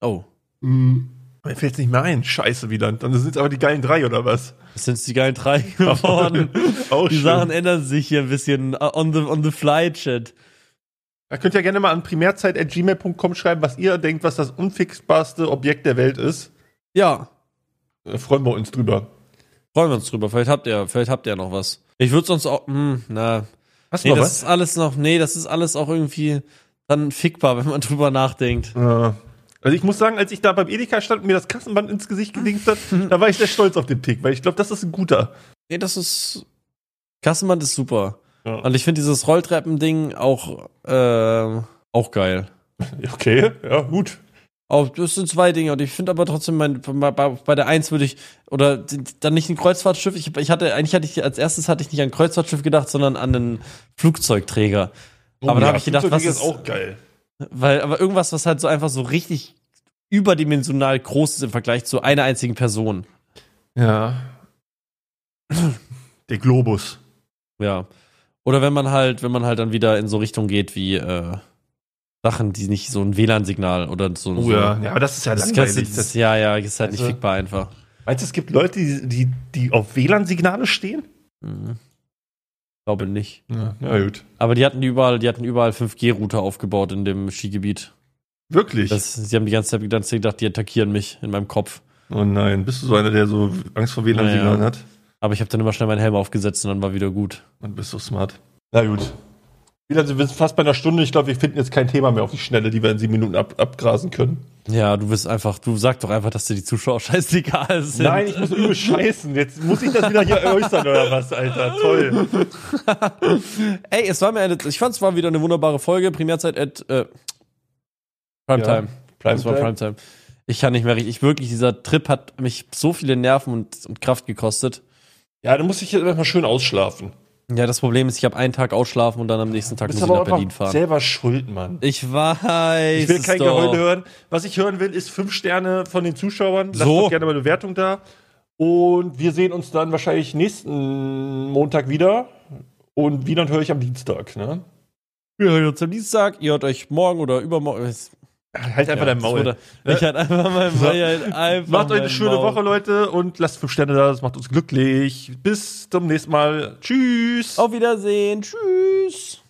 Hm,
Oh,
Mir fällt's nicht mehr ein. Scheiße, Wieland. Dann sind's aber die geilen drei, oder was?
das sind die geilen drei [LAUGHS]
[LAUGHS]
geworden.
Auch
die
Oh, schön.
Sachen ändern sich hier ein bisschen uh, on the, on the fly, Chat.
Da könnt ihr gerne mal an primärzeit.gmail.com schreiben, was ihr denkt, was das unfixbarste Objekt der Welt ist.
Ja,
Äh, freuen wir uns drüber.
freuen wir uns drüber. Vielleicht habt ihr, vielleicht habt ihr noch was. Ich würde sonst auch, hm, na,
Hast
nee, das ist alles noch, nee, das ist alles auch irgendwie dann fickbar, [LAUGHS] wenn man drüber nachdenkt.
Ja. Also ich muss sagen, als ich da beim Edeka stand und mir das Kassenband ins Gesicht gedingst hat, da war ich sehr stolz auf den Pick, weil ich glaube, das ist ein guter.
Nee, das ist, Kassenband ist super.
Ja.
Und ich finde dieses Rolltreppending auch, äh, auch geil.
Okay, ja, gut.
Auf, das sind zwei Dinge. Und ich finde aber trotzdem, mein, bei, bei der Eins würde ich, oder d- dann nicht ein Kreuzfahrtschiff. Ich, ich hatte, eigentlich hatte ich, als erstes hatte ich nicht an ein Kreuzfahrtschiff gedacht, sondern an einen Flugzeugträger.
Oh,
aber da
ja,
habe ich gedacht, was
Flugzeug
ist,
ist auch geil.
weil, aber irgendwas, was halt so einfach so richtig überdimensional groß ist im Vergleich zu einer einzigen Person.
Ja. [CLEARS THROAT] Der Globus.
Ja. Oder wenn man halt, wenn man halt dann wieder in so Richtung geht wie äh, Sachen, die nicht so ein WLAN-Signal oder so.
Oh
so
ja. ja, aber das ist ja
Das, das,
langweilig.
das, das, ja, ja, ist halt nicht
Also-
fickbar einfach.
Meinst du, es gibt Leute, die, die, die auf WLAN-Signale stehen?
Mhm. Glaube nicht.
Ja, ja gut.
Aber die hatten die überall, die hatten überall 5G-Router aufgebaut in dem Skigebiet.
Wirklich?
Das, sie haben die ganze Zeit die ganze Zeit gedacht, die attackieren mich in meinem Kopf.
oh nein, bist du so einer, der so Angst vor WLAN-Signalen
Naja.
hat?
Aber ich habe dann immer schnell meinen Helm aufgesetzt und dann war wieder gut.
Dann bist du smart. Na gut. WLAN, wir sind fast bei einer Stunde. Ich glaube, wir finden jetzt kein Thema mehr auf die Schnelle, die wir in sieben Minuten ab, abgrasen können.
Ja, du bist einfach, du sag doch einfach, dass dir die Zuschauer [LAUGHS] scheißegal sind.
Nein, ich muss übel scheißen. Jetzt muss ich das wieder hier äußern oder was, Alter. Toll.
Ey, es war mir eine, ich fand es war wieder eine wunderbare Folge. Primärzeit at äh, Primetime. Das war
Primetime.
Primetime. Ich kann nicht mehr richtig. Ich wirklich, dieser Trip hat mich so viele Nerven und, und Kraft gekostet.
Ja, dann muss ich jetzt erstmal schön ausschlafen.
Ja, das Problem ist, ich habe einen Tag ausschlafen und dann am nächsten Tag muss
Bist
ich
aber
nach
auch
Berlin
einfach
fahren.
selber schuld, Mann.
Ich weiß.
Ich will kein
es doch.
Geheule hören. Was ich hören will, ist fünf Sterne von den Zuschauern. Lasst
So.
doch gerne mal eine Bewertung da. Und wir sehen uns dann wahrscheinlich nächsten Montag wieder. Und Wieland höre ich am Dienstag. Ne?
Wir hören uns am Dienstag. Ihr hört euch morgen oder übermorgen. Halt
Halt einfach dein Maul.
Ich halt einfach mein
So.
Maul. Halt einfach
Macht euch eine
mein
schöne
Maul.
Woche, Leute. Und lasst fünf Sterne da. Das macht uns glücklich. Bis zum nächsten Mal. Tschüss.
Auf Wiedersehen. Tschüss.